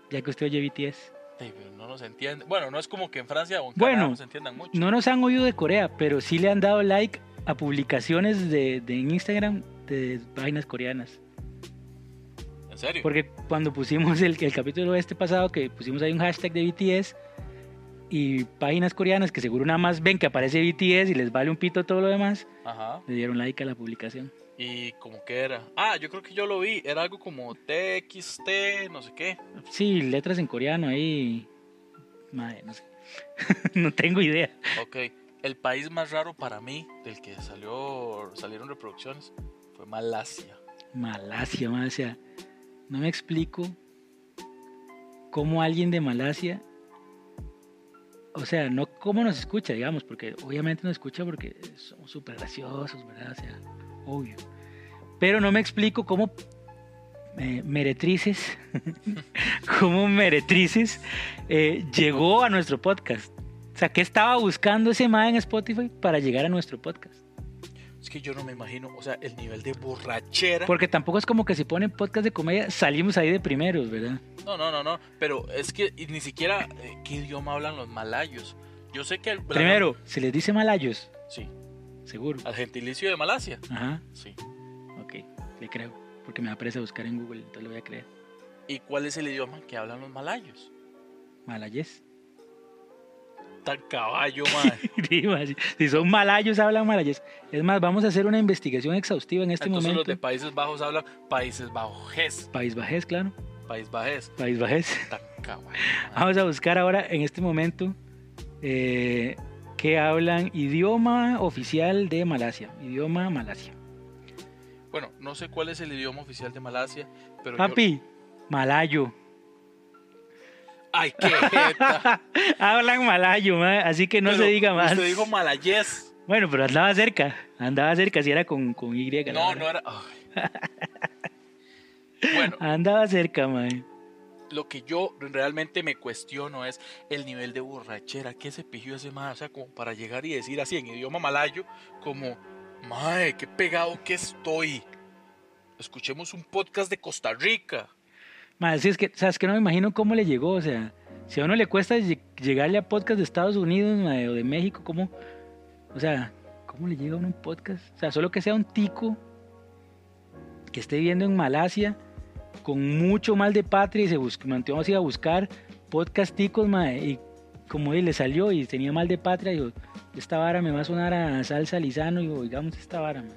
Ya que usted oye BTS. Sí, pero no nos entienden. Bueno, no es como que en Francia o en Bueno, Canadá nos entiendan mucho. No nos han oído de Corea, pero sí le han dado like a publicaciones de, de Instagram de páginas coreanas. En serio. Porque cuando pusimos el, el capítulo este pasado, que pusimos ahí un hashtag de BTS y páginas coreanas que seguro nada más ven que aparece BTS y les vale un pito todo lo demás, Ajá. le dieron like a la publicación. Y como que era. Ah, yo creo que yo lo vi. Era algo como TXT, no sé qué. Sí, letras en coreano ahí. Madre, no sé. no tengo idea. Ok. El país más raro para mí, del que salió salieron reproducciones, fue Malasia. Malasia, madre. O sea, no me explico cómo alguien de Malasia. O sea, no cómo nos escucha, digamos, porque obviamente nos escucha porque somos súper graciosos, ¿verdad? O sea, obvio. Pero no me explico cómo eh, meretrices, cómo meretrices eh, llegó a nuestro podcast. O sea, ¿qué estaba buscando ese man en Spotify para llegar a nuestro podcast? Es que yo no me imagino, o sea, el nivel de borrachera. Porque tampoco es como que si ponen podcast de comedia salimos ahí de primeros, ¿verdad? No, no, no, no. Pero es que y ni siquiera eh, qué idioma hablan los malayos. Yo sé que el Primero, se les dice malayos, Sí. seguro. Al gentilicio de Malasia. Ajá, Sí. ok, le creo. Porque me da presa buscar en Google, entonces lo voy a creer. ¿Y cuál es el idioma que hablan los malayos? Malayés. Tan caballo, madre. Digo así, si son malayos, hablan malayés. Es más, vamos a hacer una investigación exhaustiva en este Entonces los momento. de Países Bajos hablan Países Bajos, País Bajés, claro. País Bajés. País Bajés. Tan caballo. mae. Vamos a buscar ahora, en este momento, eh, que hablan idioma oficial de Malasia. Idioma Malasia. Bueno, no sé cuál es el idioma oficial de Malasia, pero yo- Papi, malayo. Ay, qué jeta. Hablan malayo, ma, así que no Pero se diga más. Usted dijo malayés. Bueno, pero andaba cerca, andaba cerca, si era con, con Y. la No, verdad. no era. ay. Bueno, Andaba cerca, mae. lo que yo realmente me cuestiono es el nivel de borrachera que se pijó ese mae, o sea, como para llegar y decir así en idioma malayo, como, mae, qué pegado que estoy. Escuchemos un podcast de Costa Rica. Mae, sí, es que, sabes que no me imagino cómo le llegó, o sea, si a uno le cuesta lle- llegarle a podcast de Estados Unidos mae, o de México, ¿cómo? O sea, ¿cómo le llega a uno un podcast? O sea, solo que sea un tico que esté viviendo en Malasia con mucho mal de patria y se bus- mantuvo así a buscar podcasticos, mae, y como él le salió y tenía mal de patria, digo, esta vara me va a sonar a salsa lisano, y digo, digamos esta vara, mae.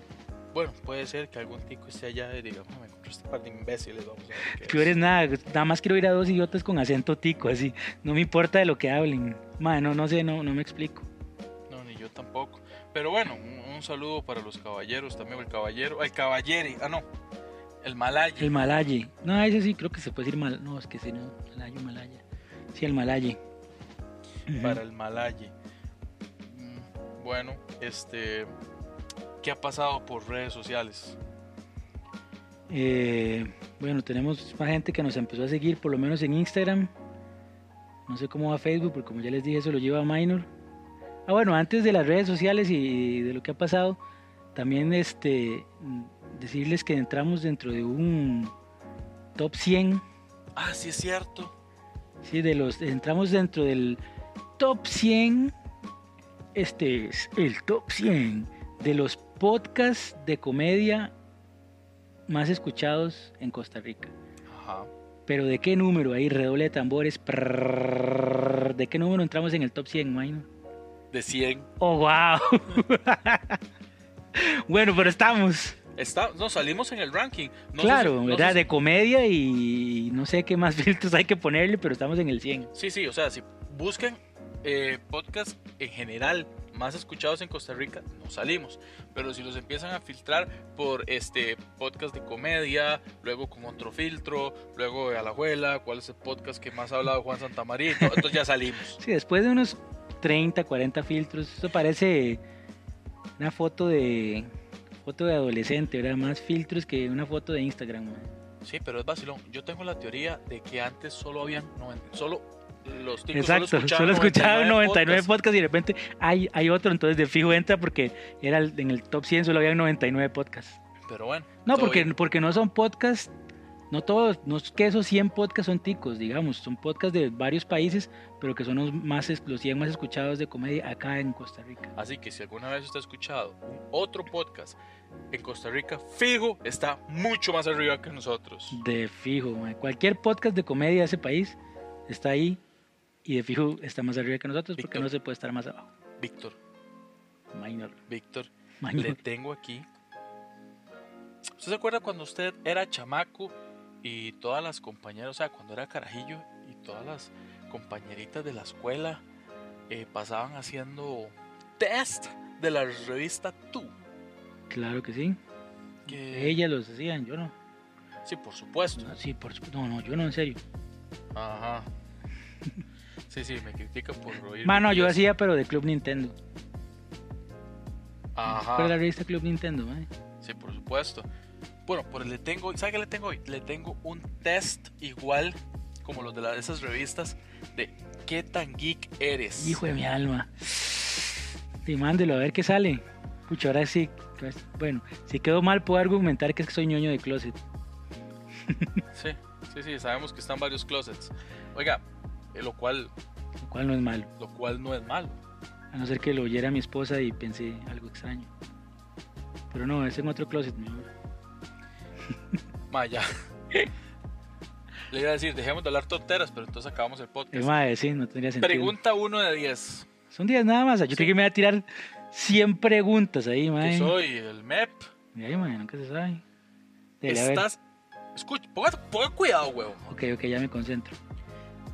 Bueno, puede ser que algún tico esté allá y diga, "Ah, me compré este par de imbéciles, vamos a ver qué Tú es". eres nada, nada más quiero ir a dos idiotas con acento tico, así, no me importa de lo que hablen, mae, no, no sé, no, no me explico. No, ni yo tampoco. Pero bueno, un, un saludo para los caballeros también, el caballero, el caballere, ah no, el malayo. El malaye, no, ese sí creo que se puede decir mal, no, es que sí, no, malayo, malaya, sí, el malaye. Ujú. para el Malaye. Mm, Bueno, este. ¿Qué ha pasado por redes sociales? Eh, bueno, tenemos más gente que nos empezó a seguir, por lo menos en Instagram. No sé cómo va Facebook, porque como ya les dije, eso lo lleva Minor. Ah, bueno, antes de las redes sociales y de lo que ha pasado, también este, mm, decirles que entramos dentro de un top 100. Ah, sí es cierto. Sí, de los, entramos dentro del top 100. Este es el top 100 de los podcasts de comedia más escuchados en Costa Rica. Ajá. Pero ¿de qué número? Ahí redoble de tambores. Prrrr. ¿De qué número entramos en el top 100, Maino? De 100. ¡Oh, wow! bueno, pero estamos. Está, no, salimos en el ranking. No sé claro, si- no ¿verdad? sé De comedia y no sé qué más filtros hay que ponerle, pero estamos en el 100. si- Sí, sí, o sea, si buscan eh, podcast en general más escuchados en Costa Rica, no salimos. Pero si los empiezan a filtrar por este podcast de comedia, luego con otro filtro, luego de Alajuela, cuál es el podcast que más ha hablado Juan Santamaría, y todo, entonces ya salimos. Sí, después de unos 30, 40 filtros, eso parece una foto de foto de adolescente, ¿verdad? Más filtros que una foto de Instagram. man. Sí, pero es vacilón. Yo tengo la teoría de que antes solo habían 90, solo los ticos Exacto, solo escuchaba, 99 podcasts. y de repente hay, hay otro, entonces de fijo entra porque era el- en el top 100 solo había 99 podcasts. Pero bueno. No, todo porque, bien. porque no son podcasts, no todos, no es que esos 100 podcasts son ticos, digamos, son podcasts de varios países, pero que son los, más, es- los 100 más escuchados de comedia acá en Costa Rica. Así que si alguna vez usted ha escuchado un otro podcast en Costa Rica, fijo, está mucho más arriba que nosotros. De fijo, mae. cualquier podcast de comedia de ese país está ahí y de fijo está más arriba que nosotros porque Víctor. no se puede estar más abajo. Víctor, Minor, Víctor, minor. le tengo aquí. ¿Usted se acuerda cuando usted era chamaco y todas las compañeras, o sea, cuando era carajillo y todas las compañeritas de la escuela eh, pasaban haciendo test de la revista Tú? Claro que sí. que- Ellas los hacían, yo no. Sí, por supuesto. No, sí, por sup- No, no, yo no, en serio. Ajá. Sí, sí, me critican por oír. Mano, yo así. hacía, pero de Club Nintendo. Pero la Ajá. revista Club Nintendo, ¿eh? mae. Sí, por supuesto. Bueno, pues le tengo, ¿sabe qué le tengo hoy? Le tengo un test igual como los de la- esas revistas de qué tan geek eres. Hijo de mi alma. Y mándelo a ver qué sale. Pucha, ahora sí. pues, Bueno, si quedó mal, puedo argumentar que es que soy ñoño de closet. Sí, sí, sí, sabemos que están varios closets. Oiga, eh, lo cual, Lo cual no es malo. lo cual no es malo. A no ser que lo oyera mi esposa y pensé algo extraño. Pero no, es en otro closet, mi amor. Maya. Le iba a decir, dejemos de hablar tonteras, pero entonces acabamos el Es podcast. más, sí, no tendría sentido. Pregunta 1 de 10. Son 10 nada más. Yo Sí. creo que me voy a tirar 100 preguntas ahí, Que mae. soy el MEP. Mira ahí, mae, nunca se sabe. Debería haber. Estás. Escucha, ponga, ponga cuidado, huevo. Ok, ok, ya me concentro.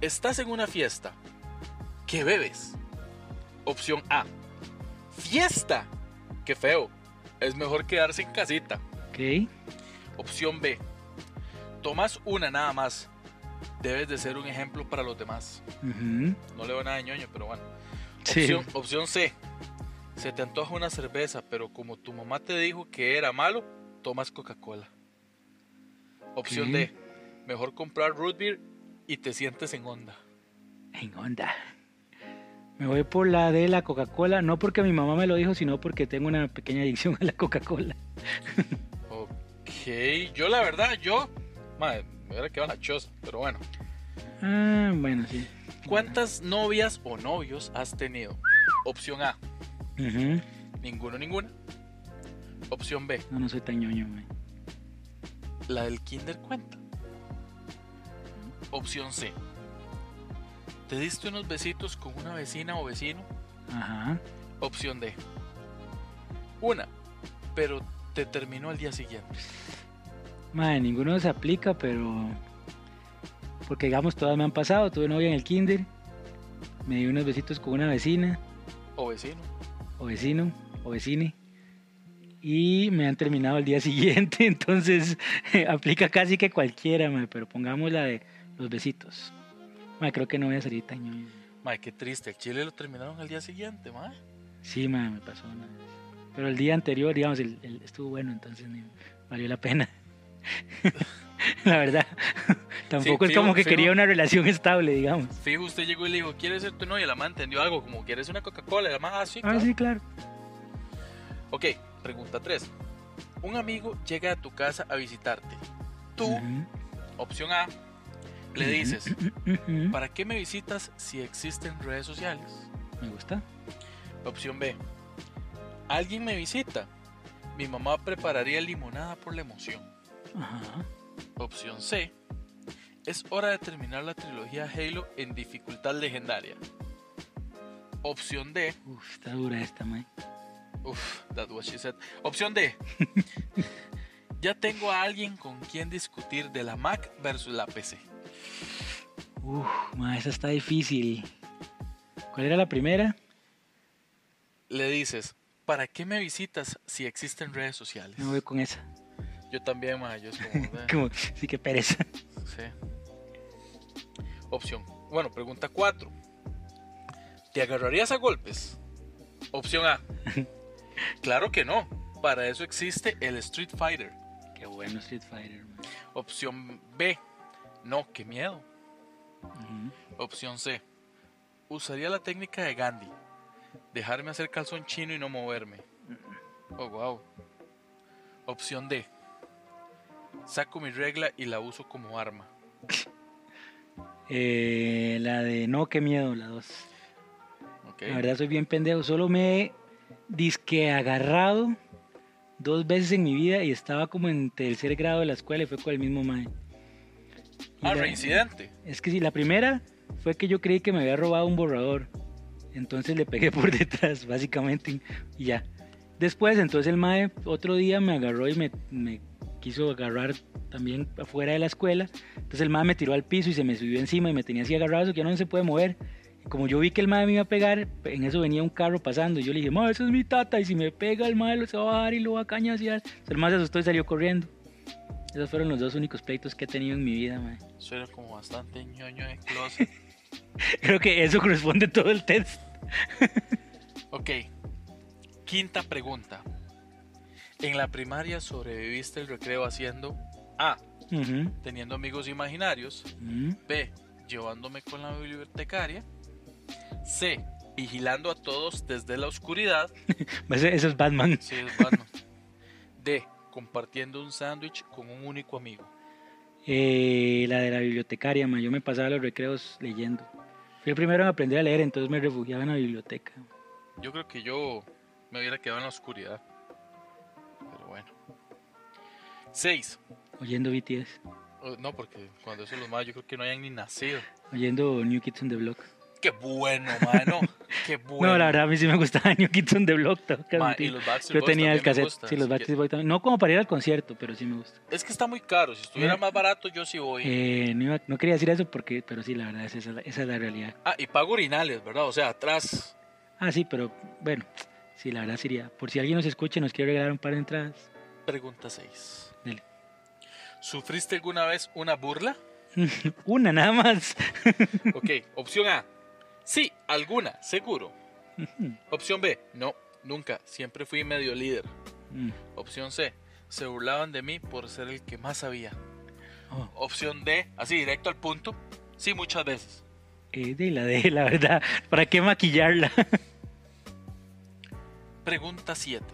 Estás en una fiesta. ¿Qué bebes? Opción A. Fiesta. Qué feo. Es mejor quedarse en casita. Ok. Opción B. Tomas una nada más. Debes de ser un ejemplo para los demás. ujú, No le veo nada de ñoño, pero bueno. Sí. Opción, opción C. Se te antoja una cerveza, pero como tu mamá te dijo que era malo, tomas Coca-Cola. Opción Ok. D. Mejor comprar root beer y te sientes en onda. En onda. Me voy por la de la Coca-Cola, no porque mi mamá me lo dijo, sino porque tengo una pequeña adicción a la Coca-Cola. Ok, yo la verdad, yo... Madre, me hubiera quedado en la choza, pero bueno. Ah, bueno, sí. ¿Cuántas novias o novios has tenido? Opción A. Ujú, Ninguno, ninguna. Opción B. No, no soy tan ñoño, mae. La del kinder cuenta. Opción C. te diste unos besitos con una vecina o vecino, Ajá. opción D. Una, pero te terminó al día siguiente. Madre, ninguno se aplica, pero. Porque digamos, todas me han pasado. Tuve novia en el kinder. Me di unos besitos con una vecina. O vecino. o vecino o vecine y me han terminado el día siguiente, entonces aplica casi que cualquiera, mae, pero pongamos la de los besitos. Mae, creo que no voy a salir tan ñoño. Mae, qué triste. El chile lo terminaron al día siguiente, mae. Sí, mae, me pasó una vez. Pero el día anterior, digamos, el, el- estuvo bueno, entonces ni- valió la pena. la verdad, tampoco es fijo, como que fijo. quería una relación estable, digamos. Fijo, usted llegó y le dijo, ¿quieres ser tu novia? La man entendió algo, como, ¿quieres una Coca-Cola? La man, ah, sí, Ah, claro". sí, claro. Ok, pregunta 3. Un amigo llega a tu casa a visitarte. Tú, Ujú, opción A, le ujú, dices, ujú. ¿para qué me visitas si existen redes sociales? Me gusta. Opción B, alguien me visita. Mi mamá prepararía limonada por la emoción. Ajá. Opción C, es hora de terminar la trilogía Halo en dificultad legendaria. Opción D, Uf, está dura esta, mae. Uf, that's what she said. Opción D. ya tengo a alguien con quien discutir de la Mac versus la PC. Uf, ma, esa está difícil. ¿Cuál era la primera? Le dices, ¿para qué me visitas si existen redes sociales? Me voy con esa. Yo también, ma, yo es como, eh, Como, sí que pereza. sí. Opción. Bueno, pregunta 4. ¿Te agarrarías a golpes? Opción A. Claro que no. Para eso existe el Street Fighter. Qué bueno Street Fighter, ma. Opción B. No, qué miedo. Ujú. Opción C. Usaría la técnica de Gandhi. Dejarme hacer calzón chino y no moverme. Oh, wow. Opción D. Saco mi regla y la uso como arma. Eh, la de no, qué miedo, la dos. Ok. La verdad soy bien pendejo. Solo me he disque agarrado dos veces en mi vida y estaba como en tercer grado de la escuela y fue con el mismo mae. Y Ah, la- reincidente. Es que sí, la primera fue que yo creí que me había robado un borrador. Entonces le pegué por detrás, básicamente, y ya. Después, entonces el mae otro día me agarró y me, me quiso agarrar también afuera de la escuela. Entonces el mae me tiró al piso y se me subió encima y me tenía así agarrado, eso que ya no se puede mover. Y Como yo vi que el mae me iba a pegar, en eso venía un carro pasando. Y yo le dije, mae, esa es mi tata. Y si me pega, el mae lo se va a bajar y lo va a cañasear. Entonces, el mae se asustó y salió corriendo. Esos fueron los dos únicos pleitos que he tenido en mi vida, mae. Suena como bastante ñoño de closet. Creo que eso corresponde a todo el test. Ok. Quinta pregunta. En la primaria sobreviviste el recreo haciendo A. Ujú, Teniendo amigos imaginarios. ujú. B. Llevándome con la bibliotecaria. C. Vigilando a todos desde la oscuridad. Ese- Eso es Batman. Sí, es Batman. D. Compartiendo un sándwich con un único amigo. Eh, la de la bibliotecaria, ma. yo me pasaba los recreos leyendo. Fui el primero en aprender a leer, entonces me refugiaba en la biblioteca. Yo creo que yo me hubiera quedado en la oscuridad. Pero bueno. 6. Oyendo BTS, Oh, No, porque cuando eso los más, yo creo que no hayan ni nacido. oyendo New Kids on the Block. Qué bueno, mano. Qué bueno. No, la verdad a mí sí me gustaba New Kids on the Block. tengo que Ma, y admitir. los Backstreet Yo Boys tenía también el me cassette, gustan, sí, los así que- Backstreet Boys también. No como para ir al concierto, pero sí me gusta. Es que está muy caro. Si estuviera Eh. más barato, yo sí voy. Eh, no, iba- no quería decir eso, porque, pero sí, la verdad, esa es la, esa es la realidad. Ah, y pago urinales, ¿verdad? O sea, atrás. Ah, sí, pero bueno, sí, la verdad sería. Por si alguien nos escucha y nos quiere regalar un par de entradas. Pregunta 6. Dele. ¿Sufriste alguna vez una burla? Una nada más. Ok, opción A. Sí, alguna, seguro. Opción B. No, nunca, siempre fui medio líder. Mm. Opción C. Se burlaban de mí por ser el que más sabía. Oh, Opción D. Así, directo al punto. Sí, muchas veces. es Eh, de la de, la verdad. ¿Para qué maquillarla? Pregunta 7.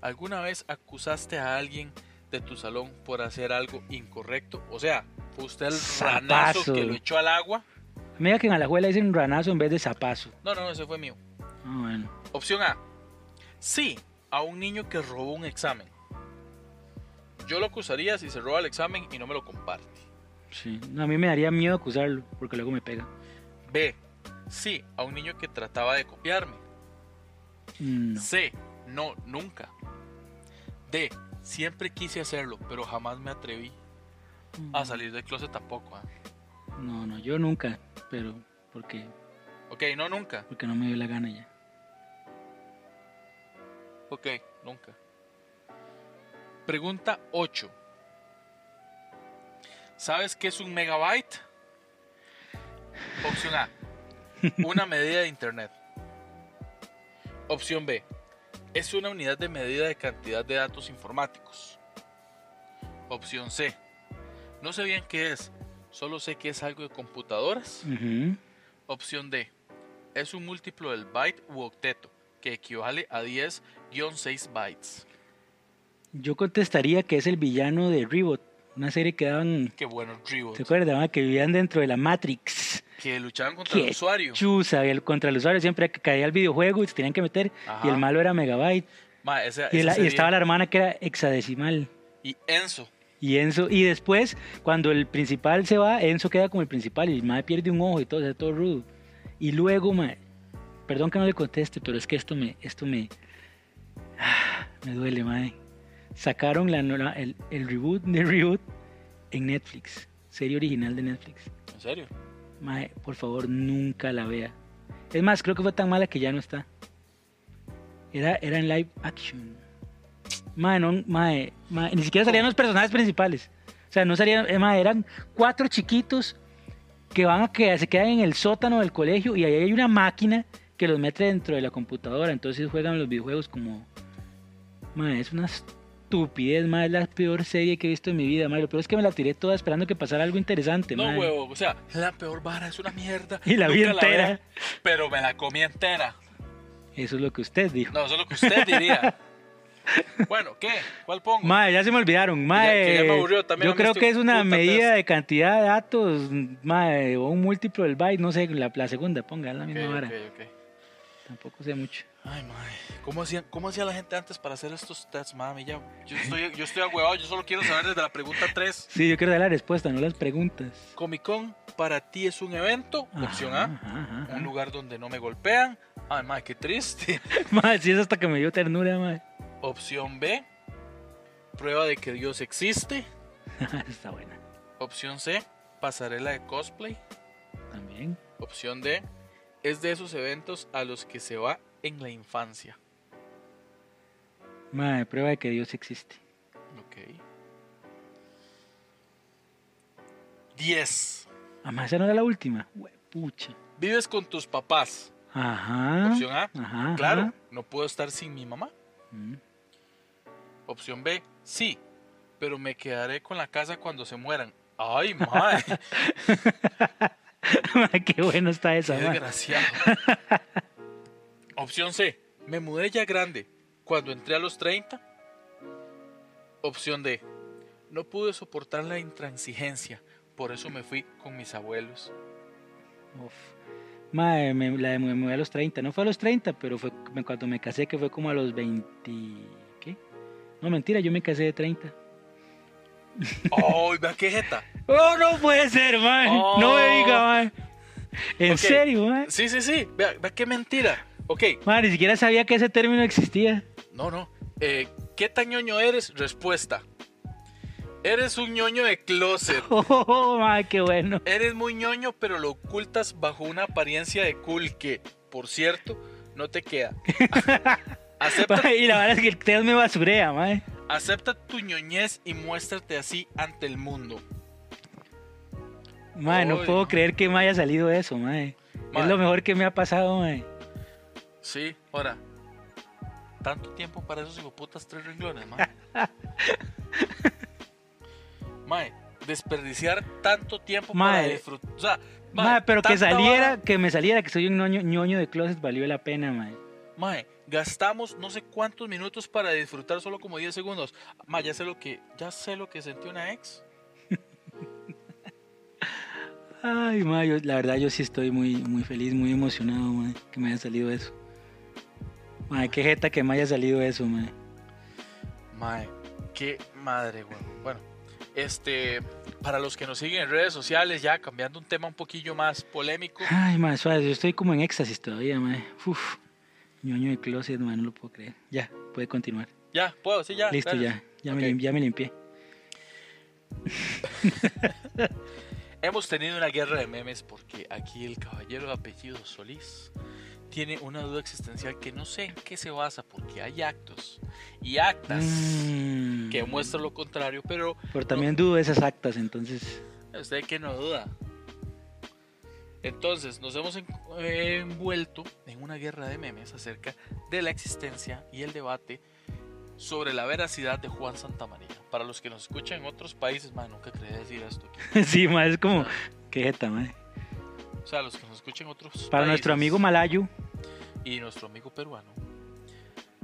¿Alguna vez acusaste a alguien de tu salón por hacer algo incorrecto? O sea, fue usted el ranazo Zapazo. que lo echó al agua. Mira que en Alajuela dicen ranazo en vez de zapazo. No, no, ese fue mío. Ah, bueno. Opción A. Sí, a un niño que robó un examen. Yo lo acusaría si se roba el examen y no me lo comparte. Sí. No, a mí me daría miedo acusarlo porque luego me pega. B. Sí, a un niño que trataba de copiarme. No. C. No, nunca. D. Siempre quise hacerlo, pero jamás me atreví a salir del closet tampoco. ¿ah? No, no, yo nunca, pero porque, Ok, no, nunca. porque no me dio la gana ya. Ok, nunca. Pregunta 8. ¿Sabes qué es un megabyte? Opción A. Una medida de Internet. Opción B. Es una unidad de medida de cantidad de datos informáticos. Opción C. No sé bien qué es, solo sé que es algo de computadoras. Ujú. Opción D. Es un múltiplo del byte u octeto, que equivale a 10-6 bytes. Yo contestaría que es el villano de Ribot, una serie que daban, Qué bueno, ¿te Ribot. acuerdas? ah? Que vivían dentro de la Matrix. Que luchaban contra el Qué usuario. chusa, el contra el usuario siempre que caía el videojuego y se tenían que meter Ajá. y el malo era Megabyte. Ma, esa- Y, esa la- y serie- estaba la hermana que era hexadecimal. y Enzo. Y Enzo, y después, cuando el principal se va, Enzo queda como el principal y el mae pierde un ojo y todo, se hace todo rudo. Y luego, mae, perdón que no le conteste, pero es que esto me, esto me, ah, me duele, mae. Sacaron la, nueva- el, el reboot de reboot en Netflix, serie original de Netflix. ¿En serio? Mae, por favor, nunca la vea. Es más, creo que fue tan mala que ya no está. Era, era en live action. Mae, no, mae, mae, ni siquiera salían los personajes principales. O sea, no salían, eh, mae, eran cuatro chiquitos que van a que se quedan en el sótano del colegio y ahí hay una máquina que los mete dentro de la computadora. Entonces juegan los videojuegos como. Mae, es una estupidez, mae, es la peor serie que he visto en mi vida, mae. Lo peor es que me la tiré toda esperando que pasara algo interesante, No, mae. huevo. O sea, la peor vara es una mierda. Y la vi Nunca entera. vea, pero me la comí entera. Eso es lo que usted dijo. No, eso es lo que usted diría. bueno, ¿qué? ¿Cuál pongo? Mae, ya se me olvidaron. Mae, que ya me aburrió también, yo a mí creo este que es una puta medida test. de cantidad de datos, mae, o un múltiplo del byte, no sé, la, la segunda, ponga es la Ok, misma vara. ok, ok. Tampoco sé mucho. Ay, mae. ¿Cómo, hacían, ¿Cómo hacía la gente antes para hacer estos tests, mami? Ya, yo estoy, yo estoy agüevado, yo solo quiero saber desde la pregunta 3. Sí, yo quiero dar la respuesta, no las preguntas. Comic Con para ti es un evento. Opción Ajá, A. ajá, ajá, ajá. Un lugar donde no me golpean. Ay, madre, qué triste. Mae, sí, es hasta que me dio ternura, mae. Opción B. Prueba de que Dios existe. Está buena. Opción C. Pasarela de cosplay. También. Opción D. Es de esos eventos a los que se va en la infancia. Mae, prueba de que Dios existe. Ok. 10. Ah, mae, esa no era la última. Hue- Pucha. Vives con tus papás. Ajá. Opción A. Ajá. ajá. Claro, no puedo estar sin mi mamá. Mm. Opción B, sí, pero me quedaré con la casa cuando se mueran. Ay, madre, Mae, qué bueno está qué esa, mae. desgraciado. Opción C, me mudé ya grande, cuando entré a los 30. Opción D, no pude soportar la intransigencia, por eso me fui con mis abuelos. Uf. Mae, me, la de me mudé a los 30. No fue a los 30, pero fue me- cuando me casé, que fue como a los 20. ¿Qué? No, mentira, yo me casé de 30. ¡Ay, vea qué jeta! ¡Oh, no puede ser, mae! Oh. No me diga, mae. En Ok. serio, mae. Sí, sí, sí, vea, vea qué mentira. Ok, Mae, ni siquiera sabía que ese término existía. No, no. Eh, ¿Qué tan ñoño eres? Respuesta. Eres un ñoño de closet. ¡Oh, oh, oh, mae, qué bueno! Eres muy ñoño, pero lo ocultas bajo una apariencia de cool que, por cierto, no te queda. acepta, Mae, y la verdad es que el test me basurea, mae. acepta tu ñoñez y muéstrate así ante el mundo. Mae, no Oy. puedo creer que me haya salido eso, mae. Es Mae. lo mejor que me ha pasado, mae. Sí, ahora. Tanto tiempo para esos hijoputas tres renglones, mae. mae, desperdiciar tanto tiempo para Mae. disfrutar. O sea, mae, Mae, pero que tanta saliera, vara- que me saliera, que soy un ñoño, ñoño de closet, valió la pena, mae. Mae, gastamos no sé cuántos minutos para disfrutar solo como 10 segundos. Mae, ya sé lo que, ya sé lo que sentí una ex. Ay, ma, yo- la verdad yo sí estoy muy, muy feliz, muy emocionado, ma, que me haya salido eso. Ma, qué jeta que me haya salido eso, ma. Mae, qué madre, güey. Bueno, Este, para los que nos siguen en redes sociales, ya cambiando un tema un poquillo más polémico. Ay, más suave, yo estoy como en éxtasis todavía, mae. Uf, ñoño de closet, mae, no lo puedo creer. Ya, puede continuar. Ya, puedo, sí, ya. Listo, gracias. ya. Ya, me, Ok. lim- ya me limpié. Hemos tenido una guerra de memes porque aquí el caballero de apellido Solís tiene una duda existencial que no sé en qué se basa porque hay actos y actas Mm. que muestran lo contrario, pero Pero también dudo de esas actas, entonces. usted que no duda. Entonces nos hemos en- eh, envuelto en una guerra de memes acerca de la existencia y el debate sobre la veracidad de Juan Santamaría. Para los que nos escuchan en otros países, man, nunca creía decir esto. aquí. sí, mae, es como. Qué jeta, mae. O sea, los que nos escuchan en otros países. Para nuestro amigo malayo, y nuestro amigo peruano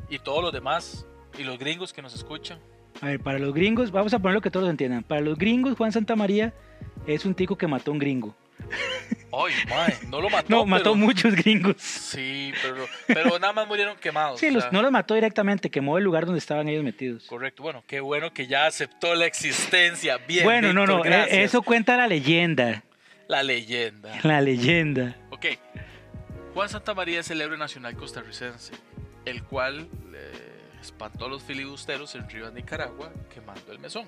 y todos los demás y los gringos que nos escuchan. a ver, para los gringos, vamos a ponerlo que todos entiendan. Para los gringos, Juan Santamaría es un tico que mató a un gringo. Ay, mae, no lo mató. No, mató pero- muchos gringos. Sí, pero, pero nada más murieron quemados. Sí, o los- sea, no los mató directamente, quemó el lugar donde estaban ellos metidos. Correcto, bueno, qué bueno que ya aceptó la existencia. Bien, bueno, no, Víctor, no, eh, gracias. eso cuenta la leyenda. La leyenda. La leyenda. Ok. Juan Santamaría es el héroe nacional costarricense, el cual eh, espantó a los filibusteros en Rivas, Nicaragua, quemando el mesón.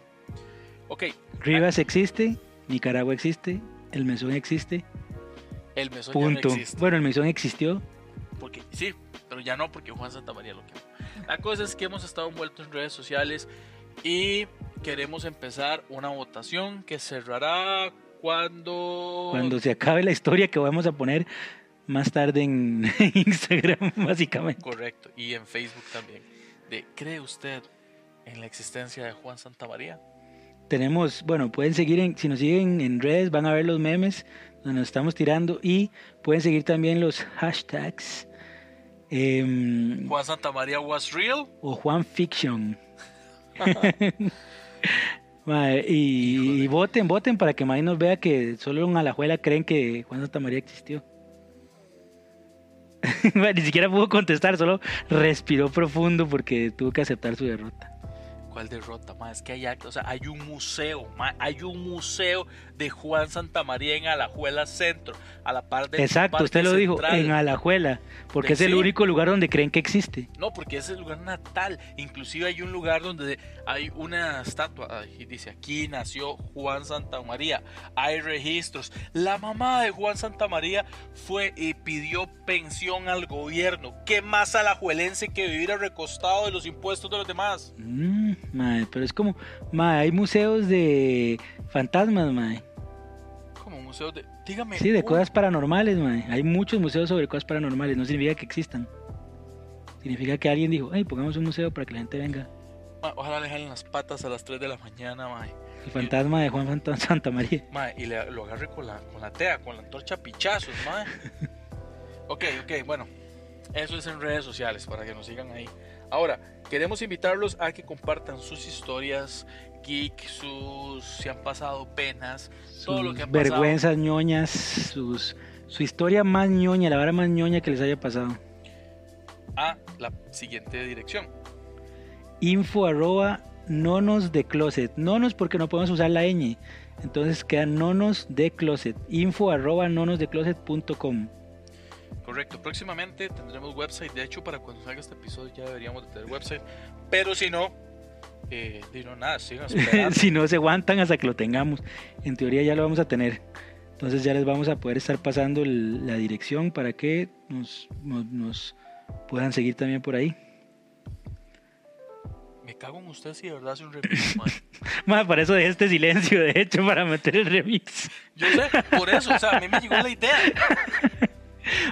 Ok, Ah. Rivas existe, Nicaragua existe, el mesón existe, el mesón ya no punto. existe. bueno, el mesón existió. porque sí, pero ya no porque Juan Santamaría lo quemó. La cosa es que hemos estado envueltos en redes sociales y queremos empezar una votación que cerrará cuando Cuando se acabe la historia que vamos a poner más tarde en Instagram, básicamente. correcto y en Facebook también. De ¿cree usted en la existencia de Juan Santamaría? Tenemos, bueno, pueden seguir, en, si nos siguen en redes, van a ver los memes donde nos estamos tirando y pueden seguir también los hashtags em, Juan Santamaría was real. o Juan Fiction. Mae, y, Híjole. y voten, voten para que May nos vea que solo en Alajuela creen que Juan Santa María existió. Mae, Ni siquiera pudo contestar, solo respiró profundo porque tuvo que aceptar su derrota. ¿Cuál derrota más? Es que hay actos, o sea, hay un museo, ma, hay un museo de Juan Santamaría en Alajuela Centro, a la par del Exacto, Parque usted lo dijo, Central. en Alajuela, porque es el Sí. único lugar donde creen que existe. No, porque es el lugar natal. Inclusive hay un lugar donde hay una estatua ay, y dice aquí nació Juan Santamaría. Hay registros. La mamá de Juan Santamaría fue y pidió pensión al gobierno. ¿Qué más alajuelense que vivir recostado de los impuestos de los demás? Mm, mae, pero es como, mae, hay museos de fantasmas, mae. Como museo de... Dígame... Sí, de un- cosas paranormales, mae. Hay muchos museos sobre cosas paranormales, no significa que existan. Significa que alguien dijo, hey, pongamos un museo para que la gente venga. Ma, Ojalá le jalen las patas a las 3 de la mañana, mae. El fantasma de Juan Fant- Santa María. Mae, y le- lo agarre con la, con la tea, con la antorcha a pichazos, mae. ok, ok, bueno. Eso es en redes sociales para que nos sigan ahí. Ahora, queremos invitarlos a que compartan sus historias geek, sus si han pasado penas, todo lo que Sus han pasado. vergüenzas ñoñas, sus, su historia más ñoña, la vara más ñoña que les haya pasado. a la siguiente dirección. Info arroba nonos de closet. Nonos porque no podemos usar la ñ. Entonces queda nonos de closet. Info arroba nonosdecloset.com. Correcto. Próximamente tendremos website. De hecho, para cuando salga este episodio ya deberíamos de tener website. Pero si no, eh, di no nada, sigan esperando. si no se aguantan hasta que lo tengamos. En teoría ya lo vamos a tener. Entonces ya les vamos a poder estar pasando el- la dirección para que nos, nos- nos puedan seguir también por ahí. Me cago en usted si de verdad hace un remix, mae. Más para eso de este silencio, de hecho, para meter el remix. Yo sé, por eso, o sea, a mí me llegó la idea.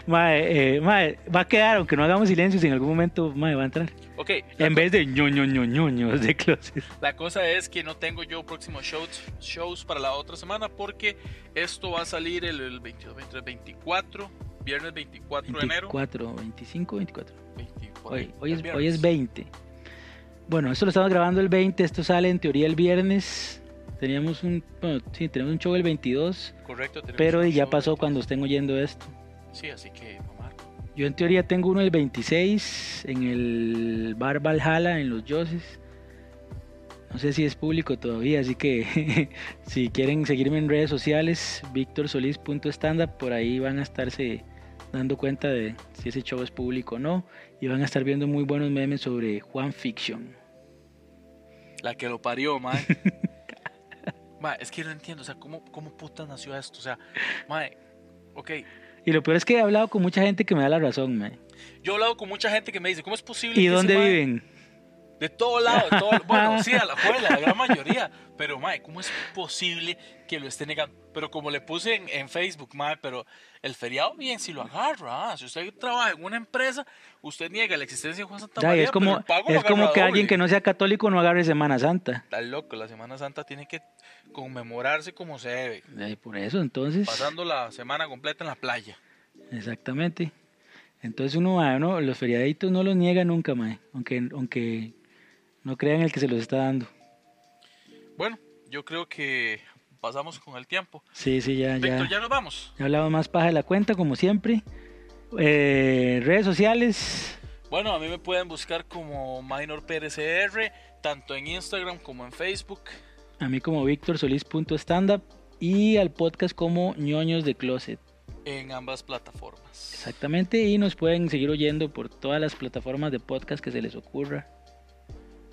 Mae, eh, mae, va a quedar, aunque no hagamos silencios, en algún momento mae, va a entrar. Ok, la, En vez de ñoño, ñoño, ñoño de closet. la cosa es que no tengo yo próximos shows, shows para la otra semana porque esto va a salir el, el 22, 23, 24, viernes 24 de enero. 24, 25, 24. 24, Hoy, el hoy, es, hoy viernes. es 20. Bueno, esto lo estamos grabando el 20, esto sale en teoría el viernes. Teníamos un, bueno, sí, tenemos un show el 22, Correcto, tenemos pero un ya show pasó el- cuando estén oyendo esto. Sí, así que, mamá. Yo en teoría tengo uno el 26 en el Bar Valhalla, en los Yoses. No sé si es público todavía, así que si quieren seguirme en redes sociales, victorsolis.standup, por ahí van a estarse dando cuenta de si ese show es público o no. Y van a estar viendo muy buenos memes sobre Juan Fiction. La que lo parió, mae. mae, es que no entiendo, o sea, ¿cómo, cómo puta nació esto? O sea, mae, ok. Y lo peor es que he hablado con mucha gente que me da la razón, mae. Yo he hablado con mucha gente que me dice, ¿cómo es posible? ¿Y que ese dónde mae- viven? De todo lado, de todo- bueno, sí, a la fue la gran mayoría. Pero, mae, ¿cómo es posible que lo esté negando? Pero como le puse en, en Facebook, mae, pero el feriado bien si lo agarra. ah, Si usted trabaja en una empresa, usted niega la existencia de Juan Santa Ya, y María, es pero como, el pago lo es como agarra que alguien doble. que no sea católico no agarre Semana Santa. Está loco, la Semana Santa tiene que conmemorarse como se debe. Eh, por eso, entonces. Pasando la semana completa en la playa. Exactamente. Entonces uno, ah, uno- los feriaditos no los niega nunca, mae. Aunque, aunque no crean el que se los está dando. Bueno, yo creo que pasamos con el tiempo. Sí, sí, ya, ya. Víctor, ya nos vamos. Ya hablamos más paja de la cuenta, como siempre. Eh, redes sociales. Bueno, a mí me pueden buscar como Minor PRCR, tanto en Instagram como en Facebook. A mí como Víctor Solís.standup y al podcast como ñoños de closet. En ambas plataformas. Exactamente. Y nos pueden seguir oyendo por todas las plataformas de podcast que se les ocurra.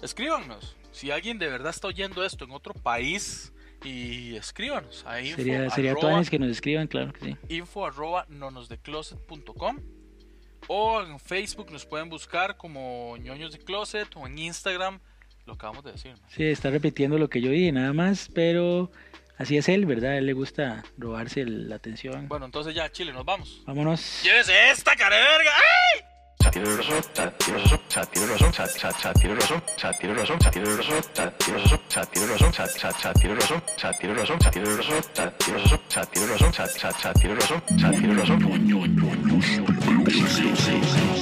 Escríbanos. Si alguien de verdad está oyendo esto en otro país, y escríbanos. A info, Sería, sería arroba, todas que nos escriban, claro que sí. info arroba nonosdecloset.com. O en Facebook nos pueden buscar como ñoños de closet o en Instagram, lo acabamos de decir. man. Sí, está repitiendo lo que yo dije, nada más, pero así es él, ¿verdad? A él le gusta robarse el- la atención. Bueno, entonces ya, Chile, nos vamos. Vámonos. Llévese esta cara de verga. ¡Ah! Satiroso, satiroso, satiroso, sat- sat- satiroso, satiroso, satiroso, satiroso, satiroso, sat- sat- satiroso, satiroso, satiroso, satiroso, satiroso, sat- sat- satiroso, satiroso.